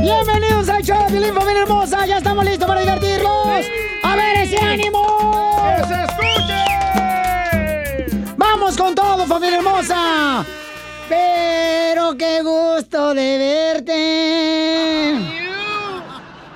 Bienvenidos al show de Pilín, familia hermosa. Ya estamos listos para divertirnos. A ver ese ánimo. ¡Que se escuche! Vamos con todo, familia hermosa. Pero qué gusto de verte.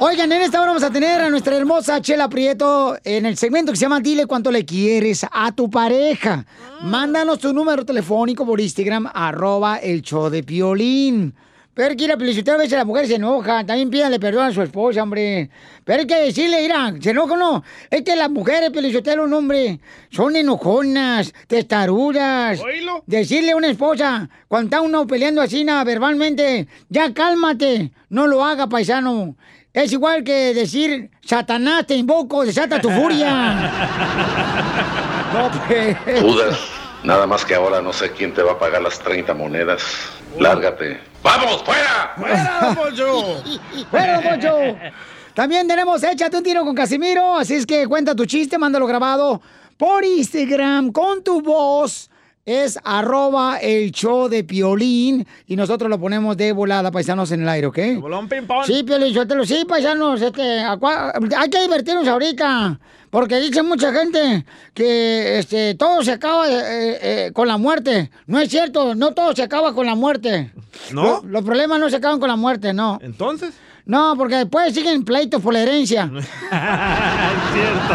Oigan, en esta hora vamos a tener a nuestra hermosa Chela Prieto en el segmento que se llama Dile cuánto le quieres a tu pareja. Mándanos tu número telefónico por Instagram, arroba el show de Piolín. Pero es que la a veces la mujer se enoja, también pídale perdón a su esposa, hombre. Pero hay que decirle, mira, se enoja o no. Es que las mujeres, Pelichotero, un hombre, son enojonas, testarudas. Decirle a una esposa, cuando está uno peleando así na, verbalmente, ya cálmate, no lo haga, paisano. Es igual que decir, Satanás, te invoco, desata tu furia. No, pues. Judas, nada más que ahora no sé quién te va a pagar las 30 monedas. Lárgate. ¡Vamos, fuera! ¡Fuera, Poncho! ¡Fuera, Poncho! También tenemos Échate un tiro con Casimiro, así es que cuenta tu chiste, mándalo grabado por Instagram con tu voz. Es arroba el show de Piolín y nosotros lo ponemos de volada, paisanos, en el aire, ¿ok? Bolón ping-pong. Sí, Piolín, yo te lo sí, paisanos, este, a cua- hay que divertirnos ahorita, porque dice mucha gente que este, todo se acaba eh, eh, con la muerte. No es cierto, no todo se acaba con la muerte. ¿No? Lo- Los problemas no se acaban con la muerte, no. ¿Entonces? No, porque después siguen pleitos por la herencia. Cierto.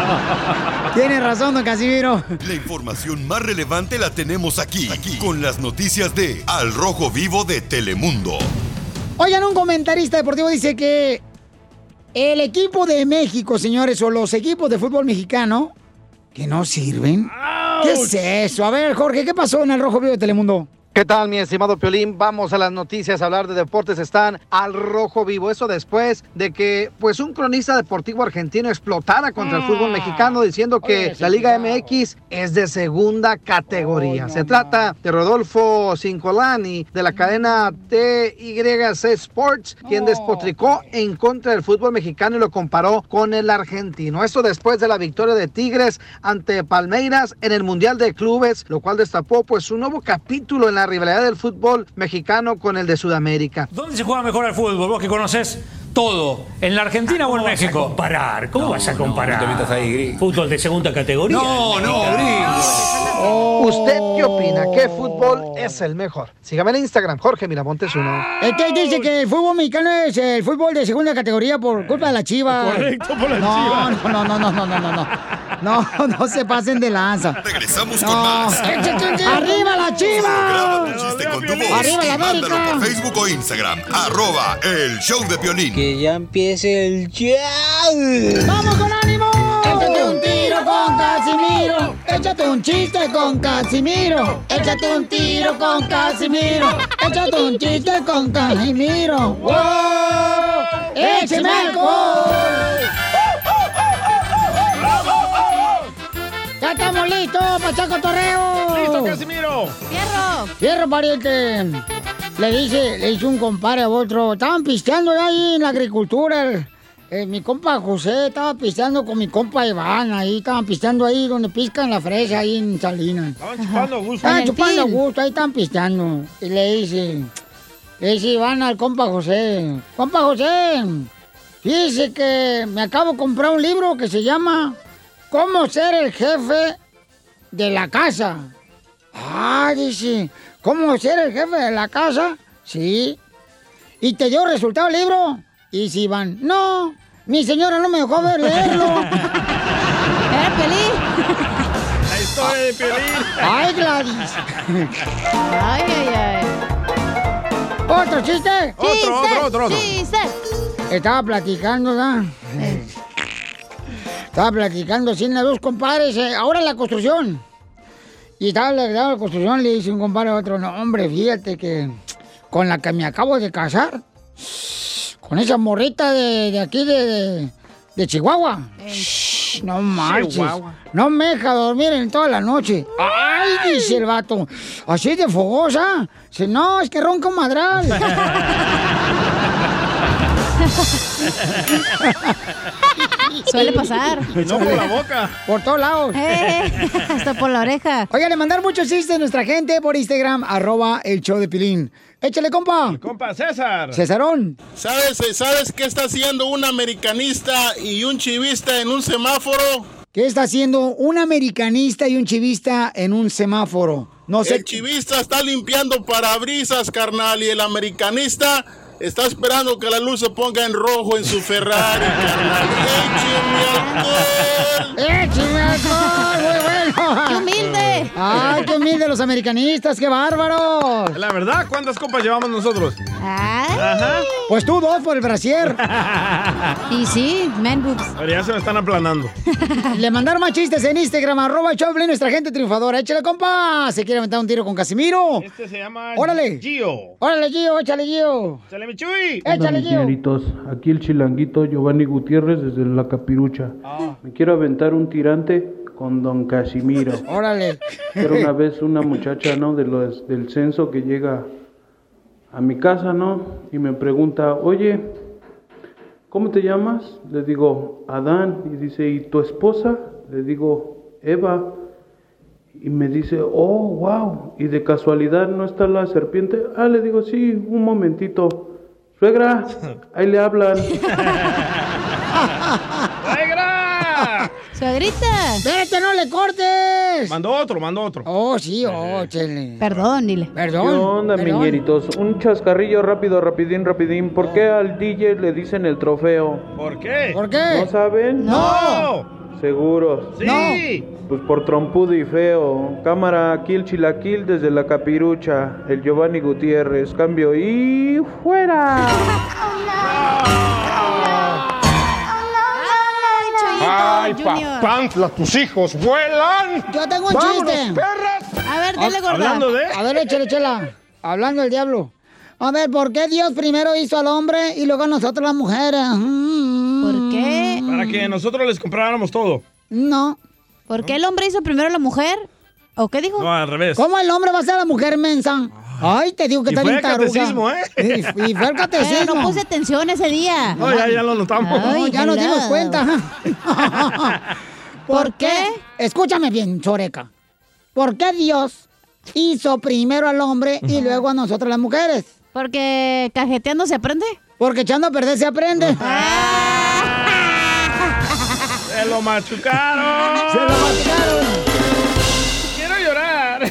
Tiene razón, don Casimiro. La información más relevante la tenemos aquí, aquí, con las noticias de Al Rojo Vivo de Telemundo. Oigan, un comentarista deportivo dice que el equipo de México, señores, o los equipos de fútbol mexicano, que no sirven. ¿Qué es eso? A ver, Jorge, ¿qué pasó en el Rojo Vivo de Telemundo? ¿Qué tal, mi estimado Piolín? Vamos a las noticias, a hablar de deportes. Están al rojo vivo. Eso después de que, pues, un cronista deportivo argentino explotara contra el fútbol mexicano diciendo que la Liga MX es de segunda categoría. Se trata de Rodolfo Cincolani de la cadena TYC Sports, quien despotricó en contra del fútbol mexicano y lo comparó con el argentino. Esto después de la victoria de Tigres ante Palmeiras en el Mundial de Clubes, lo cual destapó, pues, un nuevo capítulo en la rivalidad del fútbol mexicano con el de Sudamérica. ¿Dónde se juega mejor al fútbol? Vos que conoces todo. ¿En la Argentina o en México? comparar? ¿Cómo vas a comparar? Fútbol de segunda categoría. No, no, Oh. ¿Usted qué opina? ¿Qué fútbol es el mejor? Sígame en Instagram, Jorge Miramontes uno. Es que dice que el fútbol mexicano es el fútbol de segunda categoría por culpa de la chiva. Correcto, por las no, Chivas. No, no, no, no, no, no, no. No, no se pasen de lanza. Regresamos con No. más. ¡Arriba la chiva! Chiste con tu voz ¡Arriba la y mándalo América! por Facebook o Instagram, arroba el show de Piolín. Que ya empiece el ¡Vamos con ánimo! Échate un tiro con Casimiro. Échate un chiste con Casimiro. Échate un tiro con Casimiro. Échate un chiste con Casimiro. ¡Wow! ¡Échame alcohol! ¡Ya estamos listos, Pachaco Torreo! ¡Listo, Casimiro! ¡Fierro! ¡Fierro, pariente! Le dice, le hizo un compadre a otro. Estaban pisteando ahí en la agricultura. el- eh, mi compa José estaba pisteando con mi compa Iván ahí. Estaban pisteando ahí donde piscan la fresa, ahí en Salinas. Estaban chupando a gusto. Estaban En el chupando a pil. gusto, ahí estaban pisteando. Y le dice, le dice Iván al compa José. Compa José, dice que me acabo de comprar un libro que se llama ¿Cómo ser el jefe de la casa? Ah, dice, ¿Cómo ser el jefe de la casa? Sí. ¿Y te dio resultado el libro? Y si van, no, mi señora no me dejó ver leerlo. ¡Era feliz! La historia de Piolín. ¡Ay, Gladys! ¡Ay, ay, ay! ¿Otro chiste? Otro, Chiste, otro, otro, otro. ¡Chiste! Estaba platicando, ¿verdad? Estaba platicando sin a dos compadres, eh, ahora en la construcción. Y estaba platicando en la construcción, le dice un compadre a otro, no, hombre, fíjate que con la que me acabo de casar, con esa morrita de, de aquí de, de- de Chihuahua. No marches. Chihuahua. No me deja dormir en toda la noche. ¡Ay! Dice el vato. Así de fogosa. Dice, no, es que ronca un madral. Suele pasar. No por la boca. Por todos lados. Eh, hasta por la oreja. Oiga, le mandar muchos chistes a nuestra gente por Instagram, arroba el show de Pilín. Échale, compa. Compa César. Cesarón. ¿Sabes, eh, ¿Sabes qué está haciendo un americanista y un chivista en un semáforo? ¿Qué está haciendo un americanista y un chivista en un semáforo? No sé. Eh, El chivista está limpiando parabrisas, carnal, y el americanista está esperando que la luz se ponga en rojo en su Ferrari, carnal. ¡Écheme alcohol! eh, ¡Écheme alcohol! ¡Muy bueno! ¡Qué humilde! ¡Ay, qué humilde los americanistas! ¡Qué bárbaros! La verdad, ¿cuántas copas llevamos nosotros? Ay, Pues tú dos por el brasier. y sí, man boobs. Pero ya se me están aplanando. Le mandaron más chistes en Instagram, arroba el show de Piolín, nuestra gente triunfadora. ¡Échale, compa! ¿Se quiere aventar un tiro con Casimiro? Este se llama Órale. Gio. ¡Órale, Gio! ¡Échale, Gio! ¡Sale mi Chuy! ¡Échale, mis Gio! señoritos. Aquí el chilanguito Giovanni Gutiérrez desde La Capirucha. Me quiero aventar un tirante con Don Casimiro. ¡Órale! Era una vez una muchacha, ¿no? De los, del censo que llega a mi casa, ¿no? Y me pregunta, oye, ¿cómo te llamas? Le digo, Adán. Y dice, ¿y tu esposa? Le digo, Eva. Y me dice, oh, wow. ¿Y de casualidad no está la serpiente? Ah, le digo, sí, un momentito. Suegra, ahí le hablan. ¡Suegra! Suegrita. ¡Vete, no le cortes! Mandó otro, mandó otro. Oh, sí, oh, chele. Perdón, dile. ¿Qué Perdón. onda, perdón. miñeritos? Un chascarrillo rápido, rapidín, rapidín. ¿Por qué al DJ le dicen el trofeo? ¿Por qué? ¿Por ¿No qué? saben? ¡No! Seguros. ¡Sí! Pues por trompudo y feo. Cámara, aquí el chilaquil desde la capirucha. El Giovanni Gutiérrez. Cambio y fuera. Ay, Chuyito Junior. ¡Panfla, tus hijos vuelan! Yo tengo un chiste. A ver, dale, gorda. Hablando de... A ver, échale, chela. Hablando del diablo. A ver, ¿por qué Dios primero hizo al hombre y luego a nosotros las mujeres? Mm, ¿Por qué? Para que nosotros les compráramos todo. No. ¿Por qué el hombre hizo primero a la mujer? ¿O qué dijo? No, al revés. ¿Cómo el hombre va a ser la mujer mensa? Ay, te digo que Y está fue bien el taruga. catecismo, ¿eh? Y, y fue Pero el catecismo. no puse atención ese día. No, ya, ya lo notamos. Ay. No, ya nos qué dimos lado. cuenta. ¿Por qué? Escúchame bien, Choreca. ¿Por qué Dios hizo primero al hombre y luego a nosotras las mujeres? Porque cajeteando se aprende. Porque echando a perder se aprende. ¡Se lo machucaron! ¡Quiero llorar!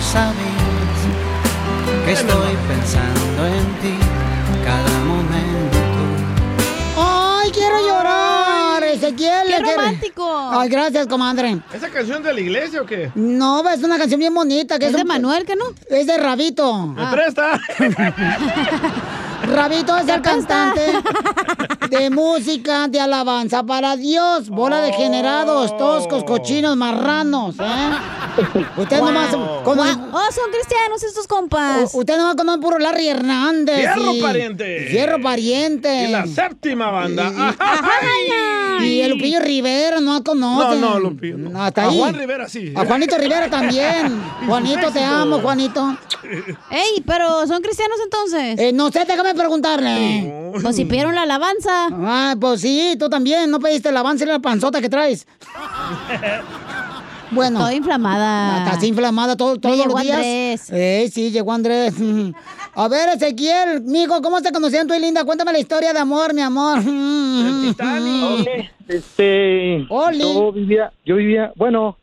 sabías que estoy pensando en ti cada momento. Ay, quiero llorar, Ezequiel. ¡Qué le quiere- romántico! Ay, gracias, comadre. ¿Esa canción de la iglesia o qué? No, es una canción bien bonita. Que Es de un- Manuel, ¿qué no? Es de Rabito. ¿Me presta? Rabito es el cantante de música de alabanza para Dios. Bola de generados, Oh. toscos, cochinos, marranos, ¿eh? Ustedes nomás Guau. conocen, Oh, son cristianos estos compas. u- ustedes nomás conocen puro Larry Hernández. Fierro y- pariente. Fierro pariente. Y la séptima banda. Ajá. Ajá, Y el Lupillo Rivera no No, conoce. no, Lupillo, no. hasta A ahí. Juan Rivera sí. A Juanito Rivera también. Juanito, te amo, Juanito. Eh, Ey, pero ¿son cristianos entonces? no sé, déjame preguntarle. Pues si pidieron la alabanza. Ah, pues sí, tú también. No pediste el avance y la panzota que traes. Bueno. Estoy inflamada. Estás inflamada todo, todos llegó los días. Andrés. Eh, sí, llegó Andrés. A ver, Ezequiel, mijo, ¿cómo se conocieron tú y Linda? Cuéntame la historia de amor, mi amor. Este, yo vivía, yo vivía, bueno,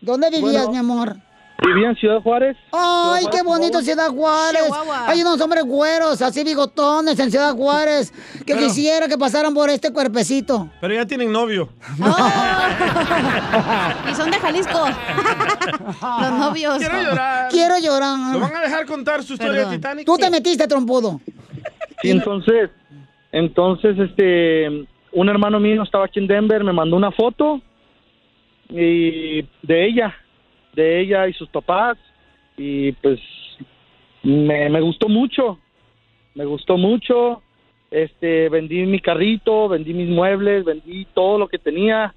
¿Dónde vivías, Bueno. mi amor? vivía en Ciudad Juárez. Ay, qué bonito Ciudad Juárez. Hay unos hombres güeros, así bigotones en Ciudad Juárez, que Pero- quisiera que pasaran por este cuerpecito. Pero ya tienen novio. y son de Jalisco. Los novios. Quiero llorar. Quiero llorar. Lo van a dejar contar su historia de Titanic. Tú te metiste, trompudo. Y entonces, entonces, este, un hermano mío estaba aquí en Denver, me mandó una foto y de ella, de ella y sus papás y pues me, me gustó mucho, me gustó mucho, este, vendí mi carrito, vendí mis muebles, vendí todo lo que tenía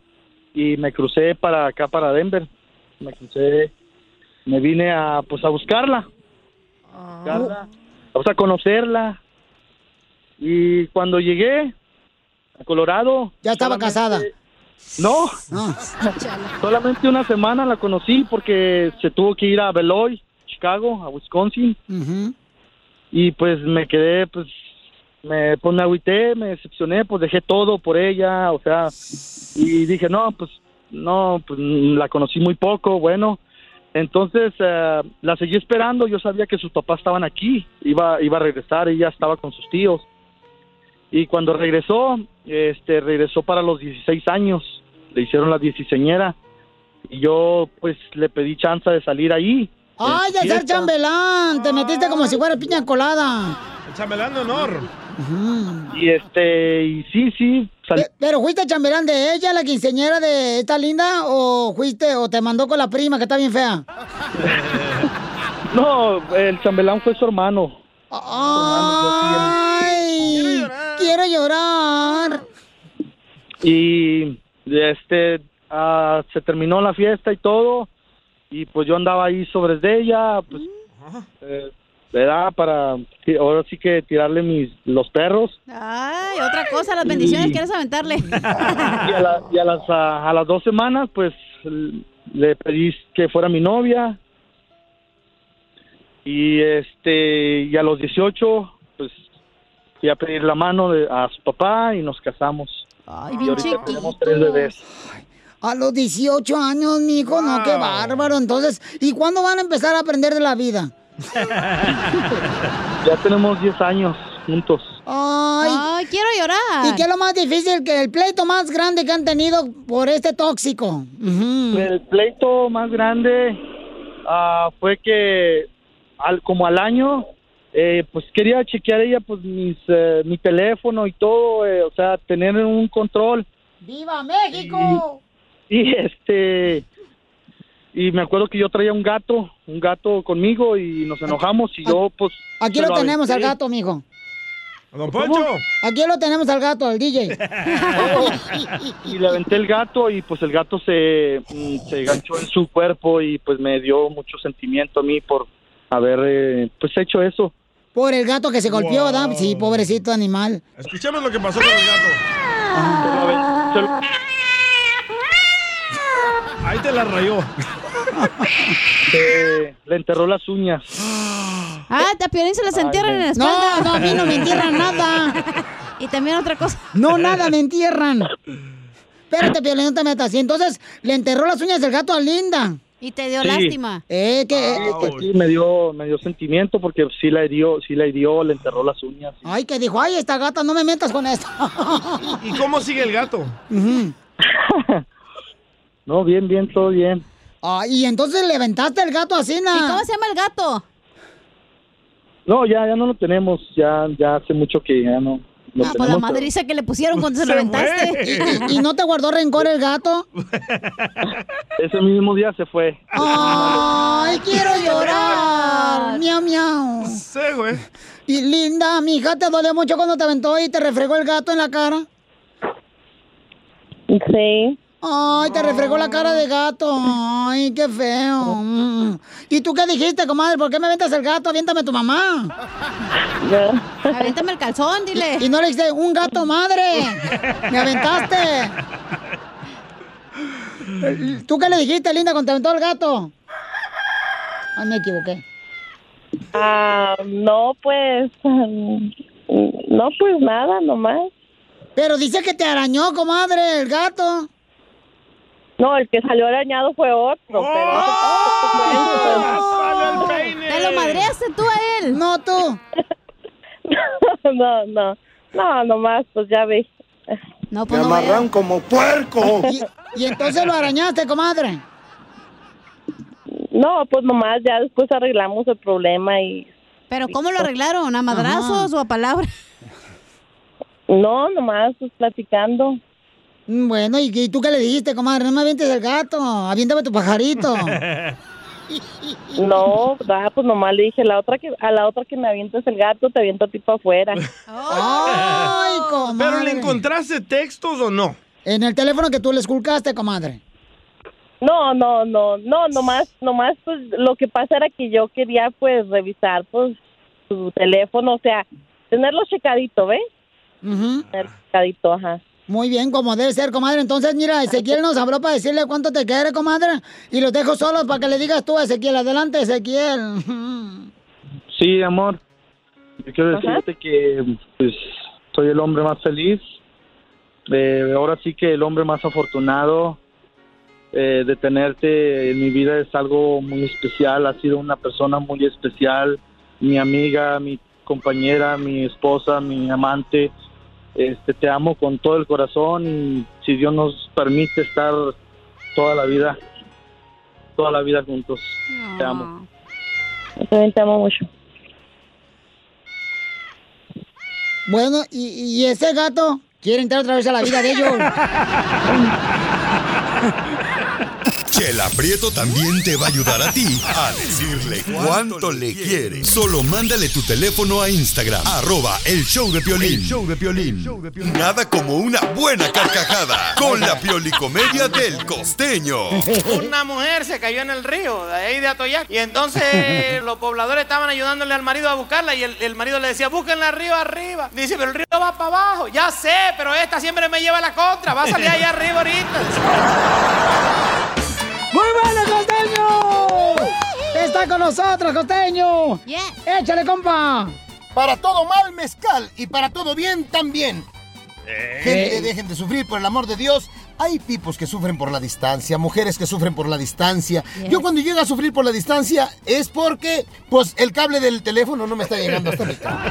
y me crucé para acá para Denver, me crucé, me vine a pues a buscarla, buscarla, o sea, conocerla. Y cuando llegué a Colorado... Ya estaba casada. No, solamente una semana la conocí porque se tuvo que ir a Beloy, Chicago, a Wisconsin. Y pues me quedé, pues me, pues me agüité, me decepcioné, pues dejé todo por ella, o sea, y dije, no, pues no, pues la conocí muy poco, bueno. Entonces eh, la seguí esperando, yo sabía que sus papás estaban aquí, iba, iba a regresar, ella estaba con sus tíos. Y cuando regresó, este, regresó para los 16 años, le hicieron la dieciseñera y yo pues le pedí chance de salir ahí. Ay, en de ser fiesta. chambelán. Te metiste como si fuera piña colada. El chambelán de honor. Y este, y sí, sí, salí. Pe- Pero fuiste chambelán de ella, la quinceñera de esta linda, o fuiste, o te mandó con la prima que está bien fea. No, el chambelán fue su hermano. Ay, quiero llorar. Y este, ah, se terminó la fiesta y todo. Y pues yo andaba ahí sobre de ella, pues, eh, ¿verdad? Para ti- ahora sí que tirarle mis los perros. Ay, otra cosa, las bendiciones quieres aventarle. Y a, la- y a las, ah, a las dos semanas, pues l- le pedí que fuera mi novia. Y este, y a los 18, pues fui a pedir la mano de- a su papá y nos casamos. Ay, y bien ahorita tenemos tres bebés. A los 18 años, mijo, no, qué bárbaro. Entonces, ¿y cuándo van a empezar a aprender de la vida? Ya tenemos 10 años juntos. Ay, quiero llorar. ¿Y qué es lo más difícil? que El pleito más grande que han tenido por este tóxico. El pleito más grande ah, fue que al como al año eh, pues quería chequear ella pues mis eh, mi teléfono y todo, eh, o sea, tener un control ¡Viva México! y este y me acuerdo que yo traía un gato, un gato conmigo y nos enojamos y yo pues Aquí se lo tenemos al aventé. gato, mijo. ¿Don Poncho? Aquí lo tenemos al gato, al DJ. y le aventé el gato y pues el gato se, mm, se ganchó en su cuerpo y pues me dio mucho sentimiento a mí por haber eh, pues hecho eso. Por el gato que se golpeó, ¿verdad? Sí, pobrecito animal. Escuchemos lo que pasó con el gato. Ahí te la rayó. Se- le enterró las uñas. Ah, te Piolín se las Ay, me- entierran en la espalda. No, no, a mí no me entierran nada. Y también otra cosa. No, nada, me entierran. Espérate, Piolín, no te metas. Y entonces le enterró las uñas del gato a Linda. Y te dio Sí. lástima. Eh, que... Ah, Sí, pues, sí, me dio, me dio sentimiento porque sí la hirió, sí la hirió, le enterró las uñas. Ay, que dijo, ay, esta gata, no me metas con esto. ¿Y cómo sigue el gato? No, bien, bien, todo bien. Ah, y entonces le aventaste el gato así, ¿na? ¿Y cómo se llama el gato? No, ya, ya no lo tenemos, ya, ya hace mucho que ya no lo Ah, pues la tenemos. pero- madriza que le pusieron cuando se lo Se aventaste. fue. ¿Y, y no te guardó rencor el gato? Ese mismo día se fue. ¡Ay, quiero llorar! ¡Miau, miau! Sí, güey. Y linda, mi hija, ¿te dolió mucho cuando te aventó y te refregó el gato en la cara? Sí. Ay, te refregó la cara de gato. Ay, qué feo. Mm. ¿Y tú qué dijiste, comadre? ¿Por qué me aventas el gato? Aviéntame a tu mamá. Aviéntame el calzón, dile. Y, y no le dijiste, un gato madre. Me aventaste. ¿Tú qué le dijiste, linda, cuando te aventó el gato? Ay, me equivoqué. Ah, no, pues. mm, No, pues nada, nomás. Pero dice que te arañó, comadre, el gato. No, el que salió arañado fue otro, Te lo madreaste tú a él. No, tú. pero. no, no. No, nomás, pues ya ve. No, pues como puerco. Y, y entonces lo arañaste, comadre. No, pues nomás, ya después arreglamos el problema y. ¿Pero cómo lo arreglaron? ¿A madrazos o a palabras? No, nomás, pues platicando. Mm, Bueno, ¿y, y tú qué le dijiste, comadre? No me avientes el gato, aviéntame tu pajarito. No, ah, pues nomás le dije, la otra que, a la otra que me avientes el gato, te aviento a ti para afuera. ¡Ay, Ah. comadre! ¿Pero le encontraste textos o no? En el teléfono que tú le esculcaste, comadre. No, no, no, no, nomás, nomás, pues lo que pasa era que yo quería, pues, revisar, pues, su teléfono, o sea, tenerlo checadito, ¿ves? Tenerlo checadito, ajá. Muy bien, como debe ser, comadre. Entonces, mira, Ezequiel nos habló para decirle cuánto te quiere, comadre. Y los dejo solos para que le digas tú a Ezequiel. Adelante, Ezequiel. Sí, amor. Yo quiero decirte que pues, soy el hombre más feliz. Eh, ahora sí que el hombre más afortunado eh, de tenerte en mi vida es algo muy especial. Has sido una persona muy especial. Mi amiga, mi compañera, mi esposa, mi amante. Este, te amo con todo el corazón y si Dios nos permite estar toda la vida, toda la vida juntos. Te amo. Yo también te amo mucho. Bueno, y, y ese gato quiere entrar otra vez a la vida de ellos. Chela Prieto también te va a ayudar a ti a decirle cuánto le quiere. Solo mándale tu teléfono a Instagram, arroba el show de Piolín. El Nada como una buena carcajada con la piolicomedia del costeño. Una mujer se cayó en el río, de ahí de Atoyac. Y entonces los pobladores estaban ayudándole al marido a buscarla. Y el, el marido le decía, búsquenla río arriba. Dice, pero el río va para abajo. Ya sé, pero esta siempre me lleva a la contra. Va a salir allá arriba ahorita. ¡Muy bueno, costeño! ¡Está con nosotros, costeño! ¡Échale, compa! Para todo mal, mezcal. Y para todo bien, también. Gente, Eh. dejen de sufrir, por el amor de Dios. Hay tipos que sufren por la distancia, mujeres que sufren por la distancia. Yo cuando llego a sufrir por la distancia es porque, pues, el cable del teléfono no me está llegando hasta mi cama.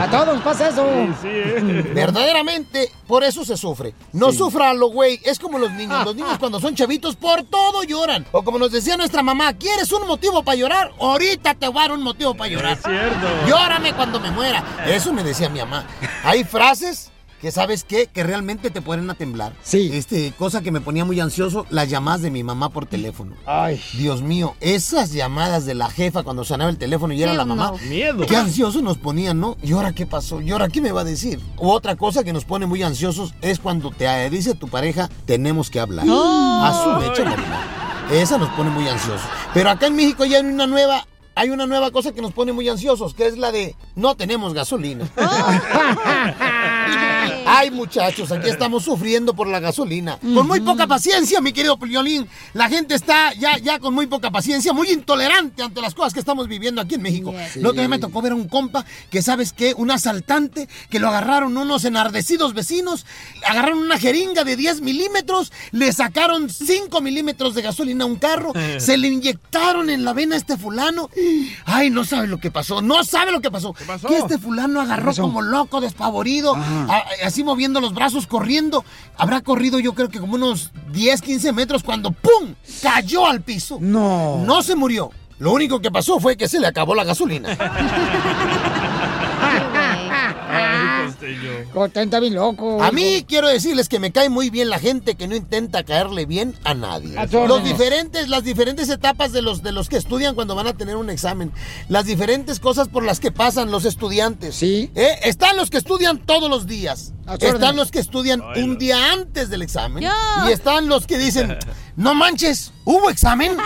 A todos pasa eso. eh. Verdaderamente, por eso se sufre. No sufra a lo güey. Es como los Ah, niños. Los niños cuando son chavitos, por todo lloran. O como nos decía nuestra mamá, ¿quieres un motivo para llorar? Ahorita te voy a dar un motivo para llorar. Es cierto. Llórame cuando me muera. Eso me decía mi mamá. Hay frases que sabes qué, que realmente te ponen a temblar. Sí. Este, cosa que me ponía muy ansioso, las llamadas de mi mamá por teléfono. Ay. Dios mío, esas llamadas de la jefa cuando sonaba el teléfono y era Sí, la no. mamá. Miedo. Qué ansioso nos ponían, ¿no? ¿Y ahora qué pasó? ¿Y ahora qué me va a decir? Otra cosa que nos pone muy ansiosos es cuando te dice tu pareja, tenemos que hablar. No. A su mecha, la verdad. Esa nos pone muy ansiosos. Pero acá en México ya hay una nueva... Hay una nueva cosa que nos pone muy ansiosos, que es la de no tenemos gasolina. Ay, muchachos, aquí estamos sufriendo por la gasolina. Con muy poca paciencia, mi querido Piolín. La gente está ya, ya con muy poca paciencia, muy intolerante ante las cosas que estamos viviendo aquí en México. Yes. El otro día me Sí. tocó ver a un compa que, ¿sabes qué? Un asaltante que lo agarraron unos enardecidos vecinos, agarraron una jeringa de 10 milímetros, le sacaron 5 milímetros de gasolina a un carro, se le inyectaron en la vena a este fulano. Ay, no sabe lo que pasó, no sabe lo que pasó. Que este fulano agarró pasó? como loco, despavorido, a- así moviendo los brazos, corriendo. Habrá corrido yo creo que como unos 10, 15 metros cuando ¡pum! cayó al piso. No. No se murió. Lo único que pasó fue que se le acabó la gasolina. Contenta bien loco. A mí quiero decirles que me cae muy bien la gente que no intenta caerle bien a nadie. A todos. Los diferentes, las diferentes etapas de los, de los que estudian cuando van a tener un examen. Las diferentes cosas por las que pasan los estudiantes. Sí. Están los que estudian todos los días. sus Están órdenes. los que estudian un día antes del examen. Yo. Y están los que dicen, no manches, ¿hubo examen?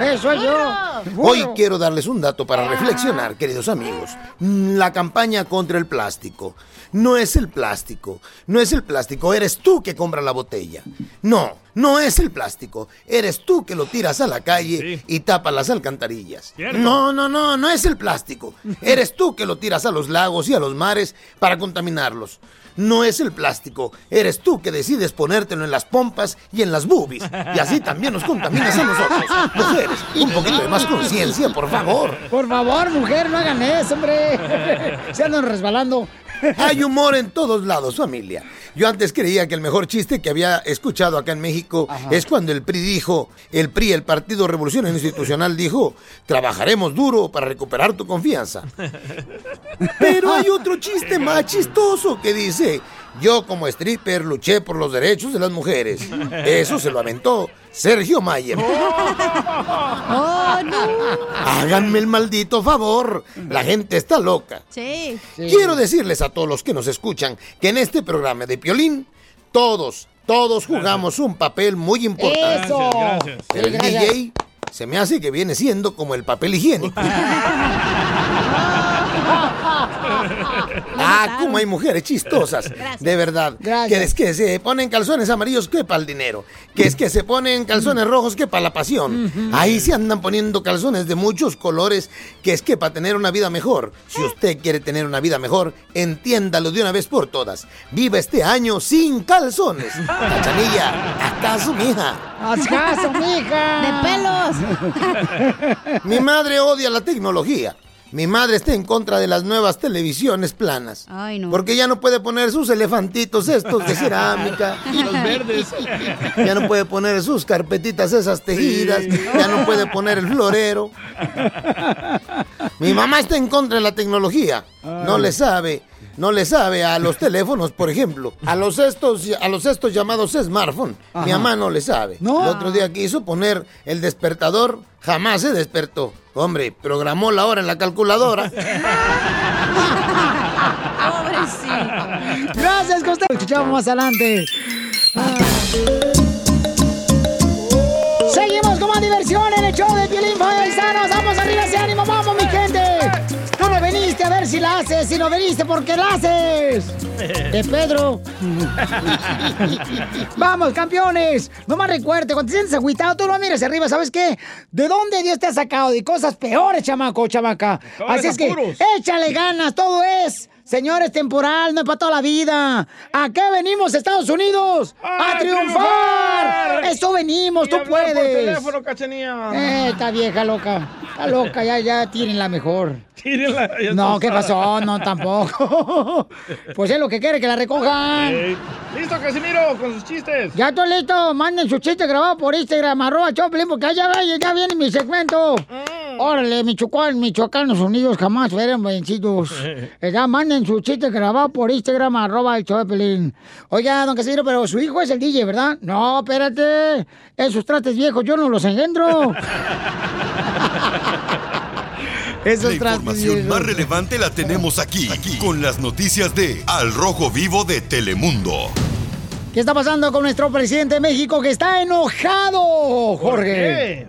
Eso es yo. Hoy quiero darles un dato para reflexionar, queridos amigos. Mm, La campaña contra el plástico. No es el plástico. No es el plástico. Eres tú que compras la botella. No, no es el plástico. Eres tú que lo tiras a la calle y tapas las alcantarillas. Cierto. No, no, no, no es el plástico. Eres tú que lo tiras a los lagos y a los mares para contaminarlos. No es el plástico. Eres tú que decides ponértelo en las pompas y en las boobies. Y así también nos contaminas a nosotros. Mujeres, un poquito de más conciencia, por favor. Por favor, mujer, no hagan eso, hombre. Se andan resbalando. Hay humor en todos lados, familia. Yo antes creía que el mejor chiste que había escuchado acá en México es cuando el PRI dijo, el PRI, el Partido Revolucionario Institucional, dijo, trabajaremos duro para recuperar tu confianza. Pero hay otro chiste más chistoso que dice, yo como stripper luché por los derechos de las mujeres. Eso se lo aventó Sergio Mayer. ¡Oh, Háganme el maldito favor. La gente está loca. Sí. Quiero decirles a todos los que nos escuchan que en este programa de Piolín, todos, todos jugamos un papel muy importante. Eso. Gracias, gracias. El Sí, gracias. DJ se me hace que viene siendo como el papel Ah, higiénico. Ah, cómo hay mujeres chistosas, de verdad. Que es que se ponen calzones amarillos que para el dinero. Que es que se ponen calzones rojos que para la pasión. Ahí se andan poniendo calzones de muchos colores que es que para tener una vida mejor. Si usted quiere tener una vida mejor, entiéndalo de una vez por todas. Viva este año sin calzones. Cachanilla, ¿acaso, mija? Haz caso, mija. De pelos. Mi madre odia la tecnología. Mi madre está en contra de las nuevas televisiones planas. Ay, no. Porque ya no puede poner sus elefantitos estos de cerámica. Y los verdes. Ya no puede poner sus carpetitas esas tejidas. Ya no puede poner el florero. Mi mamá está en contra de la tecnología. No Ay. le sabe. No le sabe a los teléfonos, por ejemplo. A los estos, a los estos llamados smartphone. Ajá. Mi mamá no le sabe. El otro día quiso poner el despertador. Jamás se despertó. Hombre, programó la hora en la calculadora. Pobrecito. Gracias, Costa. Lo Escuchamos más adelante. Ah. Seguimos con más diversión en el show de Piolín Paisanos. Vamos arriba ese ánimo, vamos, mi gente. Tú no veniste a ver si la haces, si no veniste, ¿por qué la haces? De Pedro. Vamos, campeones. No más recuerde, cuando te sientes agüitado, tú no mires arriba, ¿sabes qué? ¿De dónde Dios te ha sacado? De cosas peores, chamaco, chamaca. Peores Así es que apuros. échale ganas, todo es. Señores, temporal, no es para toda la vida. ¿A qué venimos, Estados Unidos? ¡A, ¡A triunfar! triunfar! Eso venimos, Y tú hablar puedes. por teléfono, Cachanía. Eh, está vieja loca. Está loca, ya, ya tírenla mejor. Tírenla, ya No, está ¿qué usada. pasó? No, tampoco. Pues es lo que quiere, que la recojan. Ey. Listo, Casimiro, con sus chistes. Ya estoy listo, manden su chiste grabado por Instagram, arroba Choplin, porque allá va, ya viene mi segmento. Mm. Órale, Michoacán, Michoacán, los unidos jamás fueron vencidos. Eh, Ya manden su chiste grabado por Instagram, arroba el Choplin. Oiga, don Casimiro, pero su hijo es el DJ, ¿verdad? No, espérate, esos trates viejos yo no los engendro. la información más relevante la tenemos aquí, aquí, con las noticias de Al Rojo Vivo de Telemundo. ¿Qué está pasando con nuestro presidente de México que está enojado, Jorge?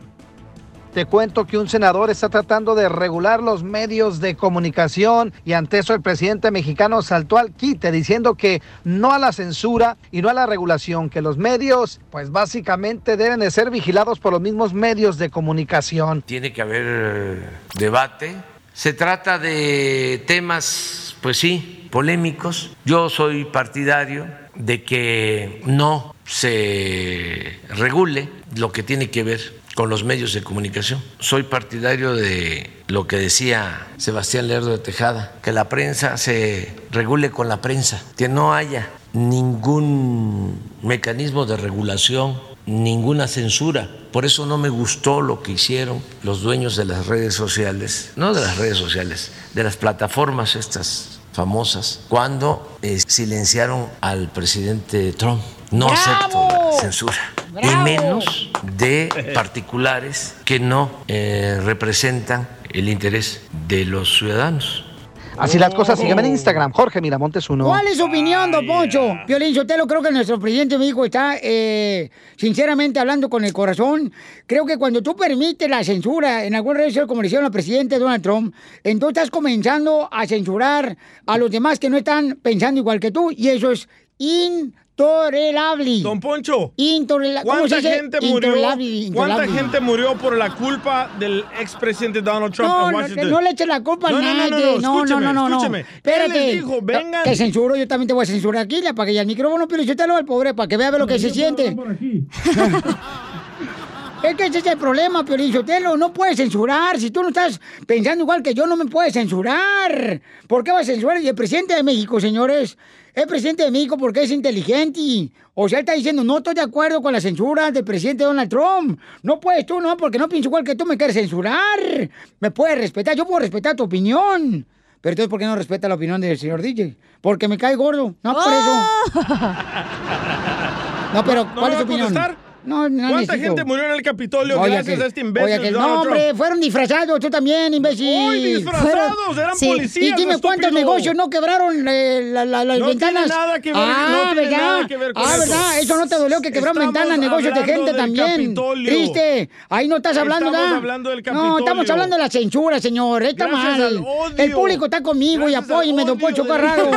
Te cuento que un senador está tratando de regular los medios de comunicación y ante eso el presidente mexicano saltó al quite diciendo que no a la censura y no a la regulación, que los medios pues básicamente deben de ser vigilados por los mismos medios de comunicación. Tiene que haber debate. Se trata de temas, pues sí, polémicos. Yo soy partidario de que no se regule lo que tiene que ver con los medios de comunicación. Soy partidario de lo que decía Sebastián Lerdo de Tejada, que la prensa se regule con la prensa, que no haya ningún mecanismo de regulación ninguna censura. Por eso no me gustó lo que hicieron los dueños de las redes sociales, no de las redes sociales, de las plataformas estas famosas, cuando eh, silenciaron al presidente Trump. No ¡Bravo! acepto la censura. Y ¡Bravo! menos de particulares que no eh, representan el interés de los ciudadanos. Así las cosas, sígueme en Instagram, Jorge Miramontes uno. ¿Cuál es su opinión, don Poncho? Piolín Sotelo, creo que nuestro presidente de México está, eh, sinceramente, hablando con el corazón. Creo que cuando tú permites la censura en algún red social, como le hicieron al presidente Donald Trump, entonces estás comenzando a censurar a los demás que no están pensando igual que tú, y eso es intolerable. Don Poncho. Intolerable. ¿Cómo se ¿Cuánta dice? gente murió? Intolerable, ¿Cuánta intolerable. gente murió por la culpa del expresidente Donald Trump No, en no, Washington? no le eches la culpa No, a no, no, nadie. no, No, no, no, no, no, no. escúcheme, escúcheme. Él Espérate. les dijo, No, vengan. Te censuro, yo también te voy a censurar aquí. Le apagué ya el micrófono, pero yo te lo al pobre para que vea lo que se siente. Es que ese es el problema, Piorizotelo. No puedes censurar. Si tú no estás pensando igual que yo, no me puedes censurar. ¿Por qué vas a censurar? Y el presidente de México, señores, el presidente de México porque es inteligente. O sea, él está diciendo, no estoy de acuerdo con la censura del presidente Donald Trump. No puedes tú, no, porque no pienso igual que tú, me quieres censurar. Me puedes respetar, yo puedo respetar tu opinión. Pero entonces, ¿por qué no respeta la opinión del señor DJ? Porque me cae gordo. No, por eso. No, pero Oh. ¿No me ¿cuál va es a tu opinión? contestar? No, no ¿Cuánta necesito. gente murió en el Capitolio Oye, gracias que- a este imbécil oye, que- Donald no, Trump? hombre, fueron disfrazados, tú también, imbécil. Uy, disfrazados, eran policías, Y dime estúpido. cuántos negocios no quebraron eh, la- la- las No ventanas. tiene nada que ver, ah, no tiene ¿verdad? nada que ver con ah, eso. ¿verdad? Eso no te dolió que quebraron Estamos ventanas, negocios de hablando gente del también. Capitolio. Triste. Ahí no estás hablando, Estamos ¿verdad? hablando del No, estamos Capitolio. hablando de la censura, señor. Está Gracias mal. al odio. El público está conmigo y apóyeme, don Poncho Carraro.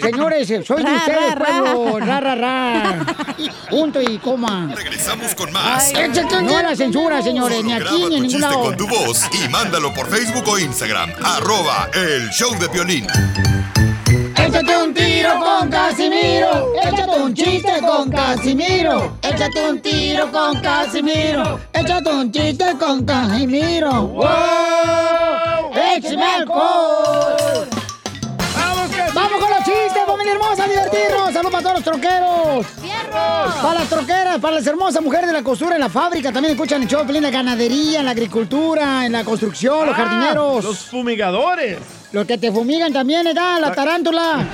Señores, eh, soy de Ra, ra, ustedes, ra. pueblo. Ra, ra, ra. Punto y coma. Regresamos con más. Ay, échate no a la censura, señores, ni aquí ni en ningún Chiste lado. con tu voz y mándalo por Facebook o Instagram. Arroba el show de violín. Échate un tiro con Casimiro. Échate un chiste con Casimiro. Échate un tiro con Casimiro. Échate un chiste con Casimiro. ¡Wow! ¡Échame alcohol! ¡Vamos con los chistes, familia hermosa, a divertirnos! ¡Saludos para todos los troqueros! Para las troqueras, para las hermosas mujeres de la costura, en la fábrica, también escuchan el show, en la ganadería, en la agricultura, en la construcción, los Ah, jardineros. Los fumigadores. Ah. Los que te fumigan también, ¿eh? da, La tarántula.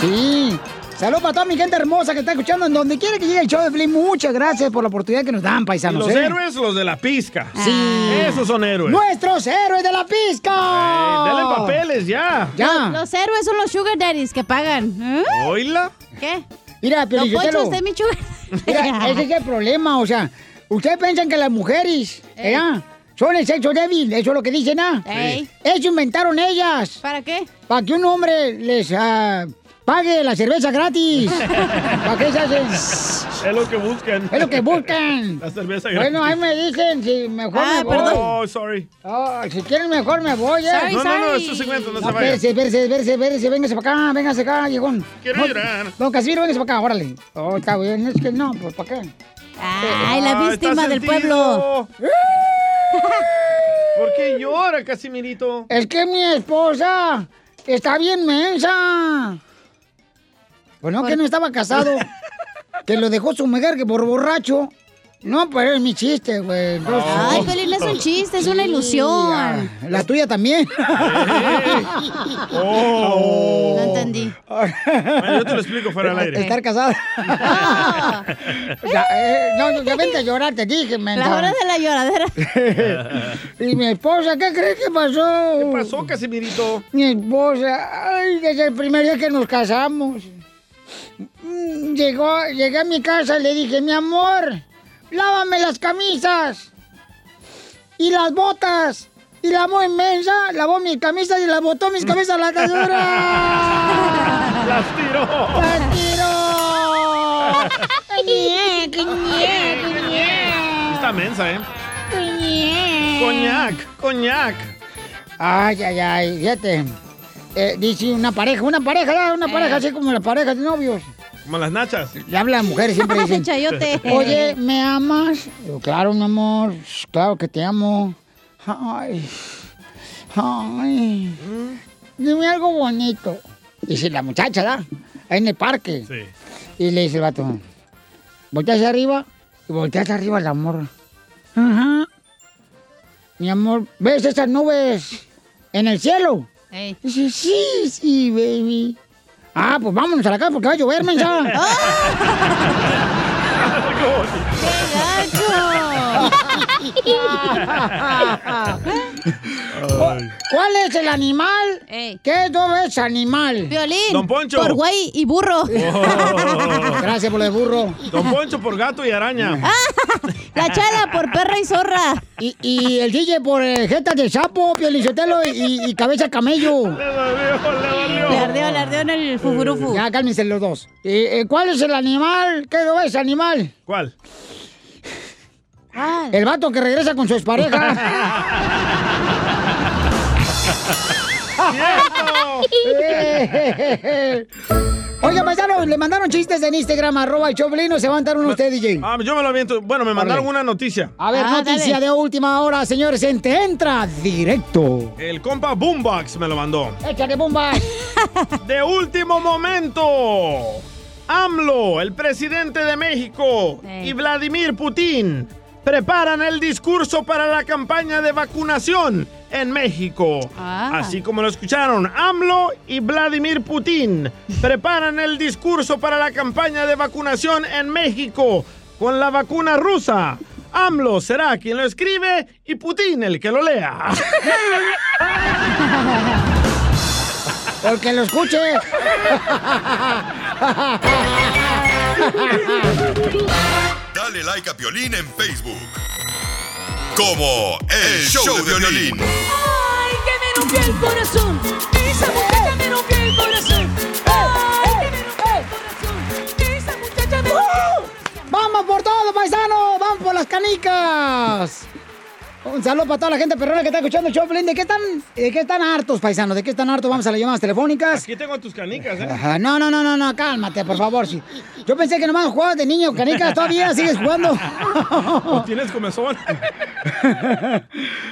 Sí. Saludos para toda mi gente hermosa que está escuchando en donde quiera que llegue el show de Flynn. Muchas gracias por la oportunidad que nos dan, Y paisanos. los ¿eh? héroes, los de la pizca. Sí. Esos son héroes. ¡Nuestros héroes de la pizca! Ey, dale papeles, ya. Los, los héroes son los sugar daddies que pagan. ¿Eh? Oíla. ¿Qué? Mira, Don Poncho, Piolichotelo. usted es mi sugar Mira, ese es el problema, o sea, ustedes piensan que las mujeres, ¿eh? Son el sexo débil, eso es lo que dicen, ¿ah? Ey. Eso inventaron ellas. ¿Para qué? Para que un hombre les ah, pague la cerveza gratis. ¿Para qué se hacen? Es lo que buscan. Es lo que buscan. La cerveza Bueno, ahí gratis. me dicen si mejor Ah, me voy. Oh, sorry. Ah, si quieren mejor me voy, ¿eh? Sorry, No, no, no, sorry. es tu segmento, no se vaya. Espérese, espérese, espérese, espérese, véngase para acá, véngase acá, viejón. Quiero No, llorar. Don Casimiro, véngase para acá, órale. Oh, está bien, es que no, pues para acá. Ay, la Ay, víctima Ah, está del sentido. pueblo. ¿Por qué llora, Casimirito? Es que mi esposa está bien mensa. Bueno, que no estaba casado. que lo dejó su mujer que por borracho. No, pero es mi chiste, güey. Entonces- Ay, Pelín, es un chiste, es una Sí, ilusión. ah, La tuya también. No entendí. Oh. Bueno, yo te lo explico fuera del aire. Estar casada. Ah. Ya, eh, no, no, ya vente a llorar, te dije, mensa. La hora de la lloradera. Y mi esposa, ¿qué crees que pasó? ¿Qué pasó, Casimirito? Mi esposa, ay, desde el primer día que nos casamos. mm, Llegó, llegué a mi casa y le dije, mi amor, lávame las camisas y las botas. Y lavó inmensa, lavó mis camisas y las botó mis camisas a la cazuela. ¡Las tiró! ¡Las tiró! ¡Qué ñe, qué ñe, qué ñe, Está mensa, ¿eh? qué ñe! Coñac, coñac. Ay, ay, ay, fíjate. Eh, dice una pareja, una pareja, ¿verdad? una pareja así como las parejas de novios. Como las nachas. Le hablan mujeres, siempre dicen. Chayote. Oye, ¿me amas? Digo, claro, mi amor, claro que te amo. Ay, ay. Dime algo bonito. Dice la muchacha, ¿da? Ahí en el parque. Y le dice el vato. Voltea hacia arriba y voltea hacia arriba la morra. Ajá. Mi amor, ¿ves esas nubes en el cielo? Dice, sí, sí, baby. Ah, pues vámonos a la casa porque va a llover, mensa. ¿Cuál es el animal? ¿Qué es dos veces animal? Violín. Don Poncho. por güey y burro. Oh. Gracias por el burro. Ah, Don Poncho por gato y araña. La chala por perra y zorra. Y, el DJ por eh, jetas de sapo, piolichotelo y, y cabeza de camello. Le Le ardeó, le ardeó en el fufurufu. Ya, cálmense los dos. Eh, eh, ¿Cuál es el animal? ¿Qué no es animal? ¿Cuál? El vato que regresa con su expareja. Oiga, paisano, le mandaron chistes en Instagram, arroba el Choplino, se van a dar uno usted, DJ. Ah, yo me lo aviento. Bueno, me mandaron una noticia. A ver, noticia de última hora, señores, en Te entra directo. El compa Boombox me lo mandó. Échale bomba. De último momento. AMLO, el presidente de México, y Vladimir Putin preparan el discurso para la campaña de vacunación en México. Así como lo escucharon, AMLO y Vladimir Putin preparan el discurso para la campaña de vacunación en México con la vacuna rusa. AMLO será quien lo escribe y Putin el que lo lea. Porque lo escuche. Dale like a Piolín en Facebook. Como El, Show, de Violín. Ay, que me rompió el corazón. Esa muchacha me rompió el corazón. Ay, que me rompió el corazón. Esa muchacha me ¡Vamos por todo, paisano! ¡Vamos por las canicas! Un saludo para toda la gente perrona que está escuchando el Choplin. ¿De qué están, de qué están hartos, paisanos? ¿De qué están hartos? Vamos a las llamadas telefónicas. Aquí tengo tus canicas, ¿eh? Ajá, no, no, no, no, no, cálmate, por favor. sí. Yo pensé que nomás jugabas de niño, canicas, todavía sigues jugando. ¿O tienes comezón?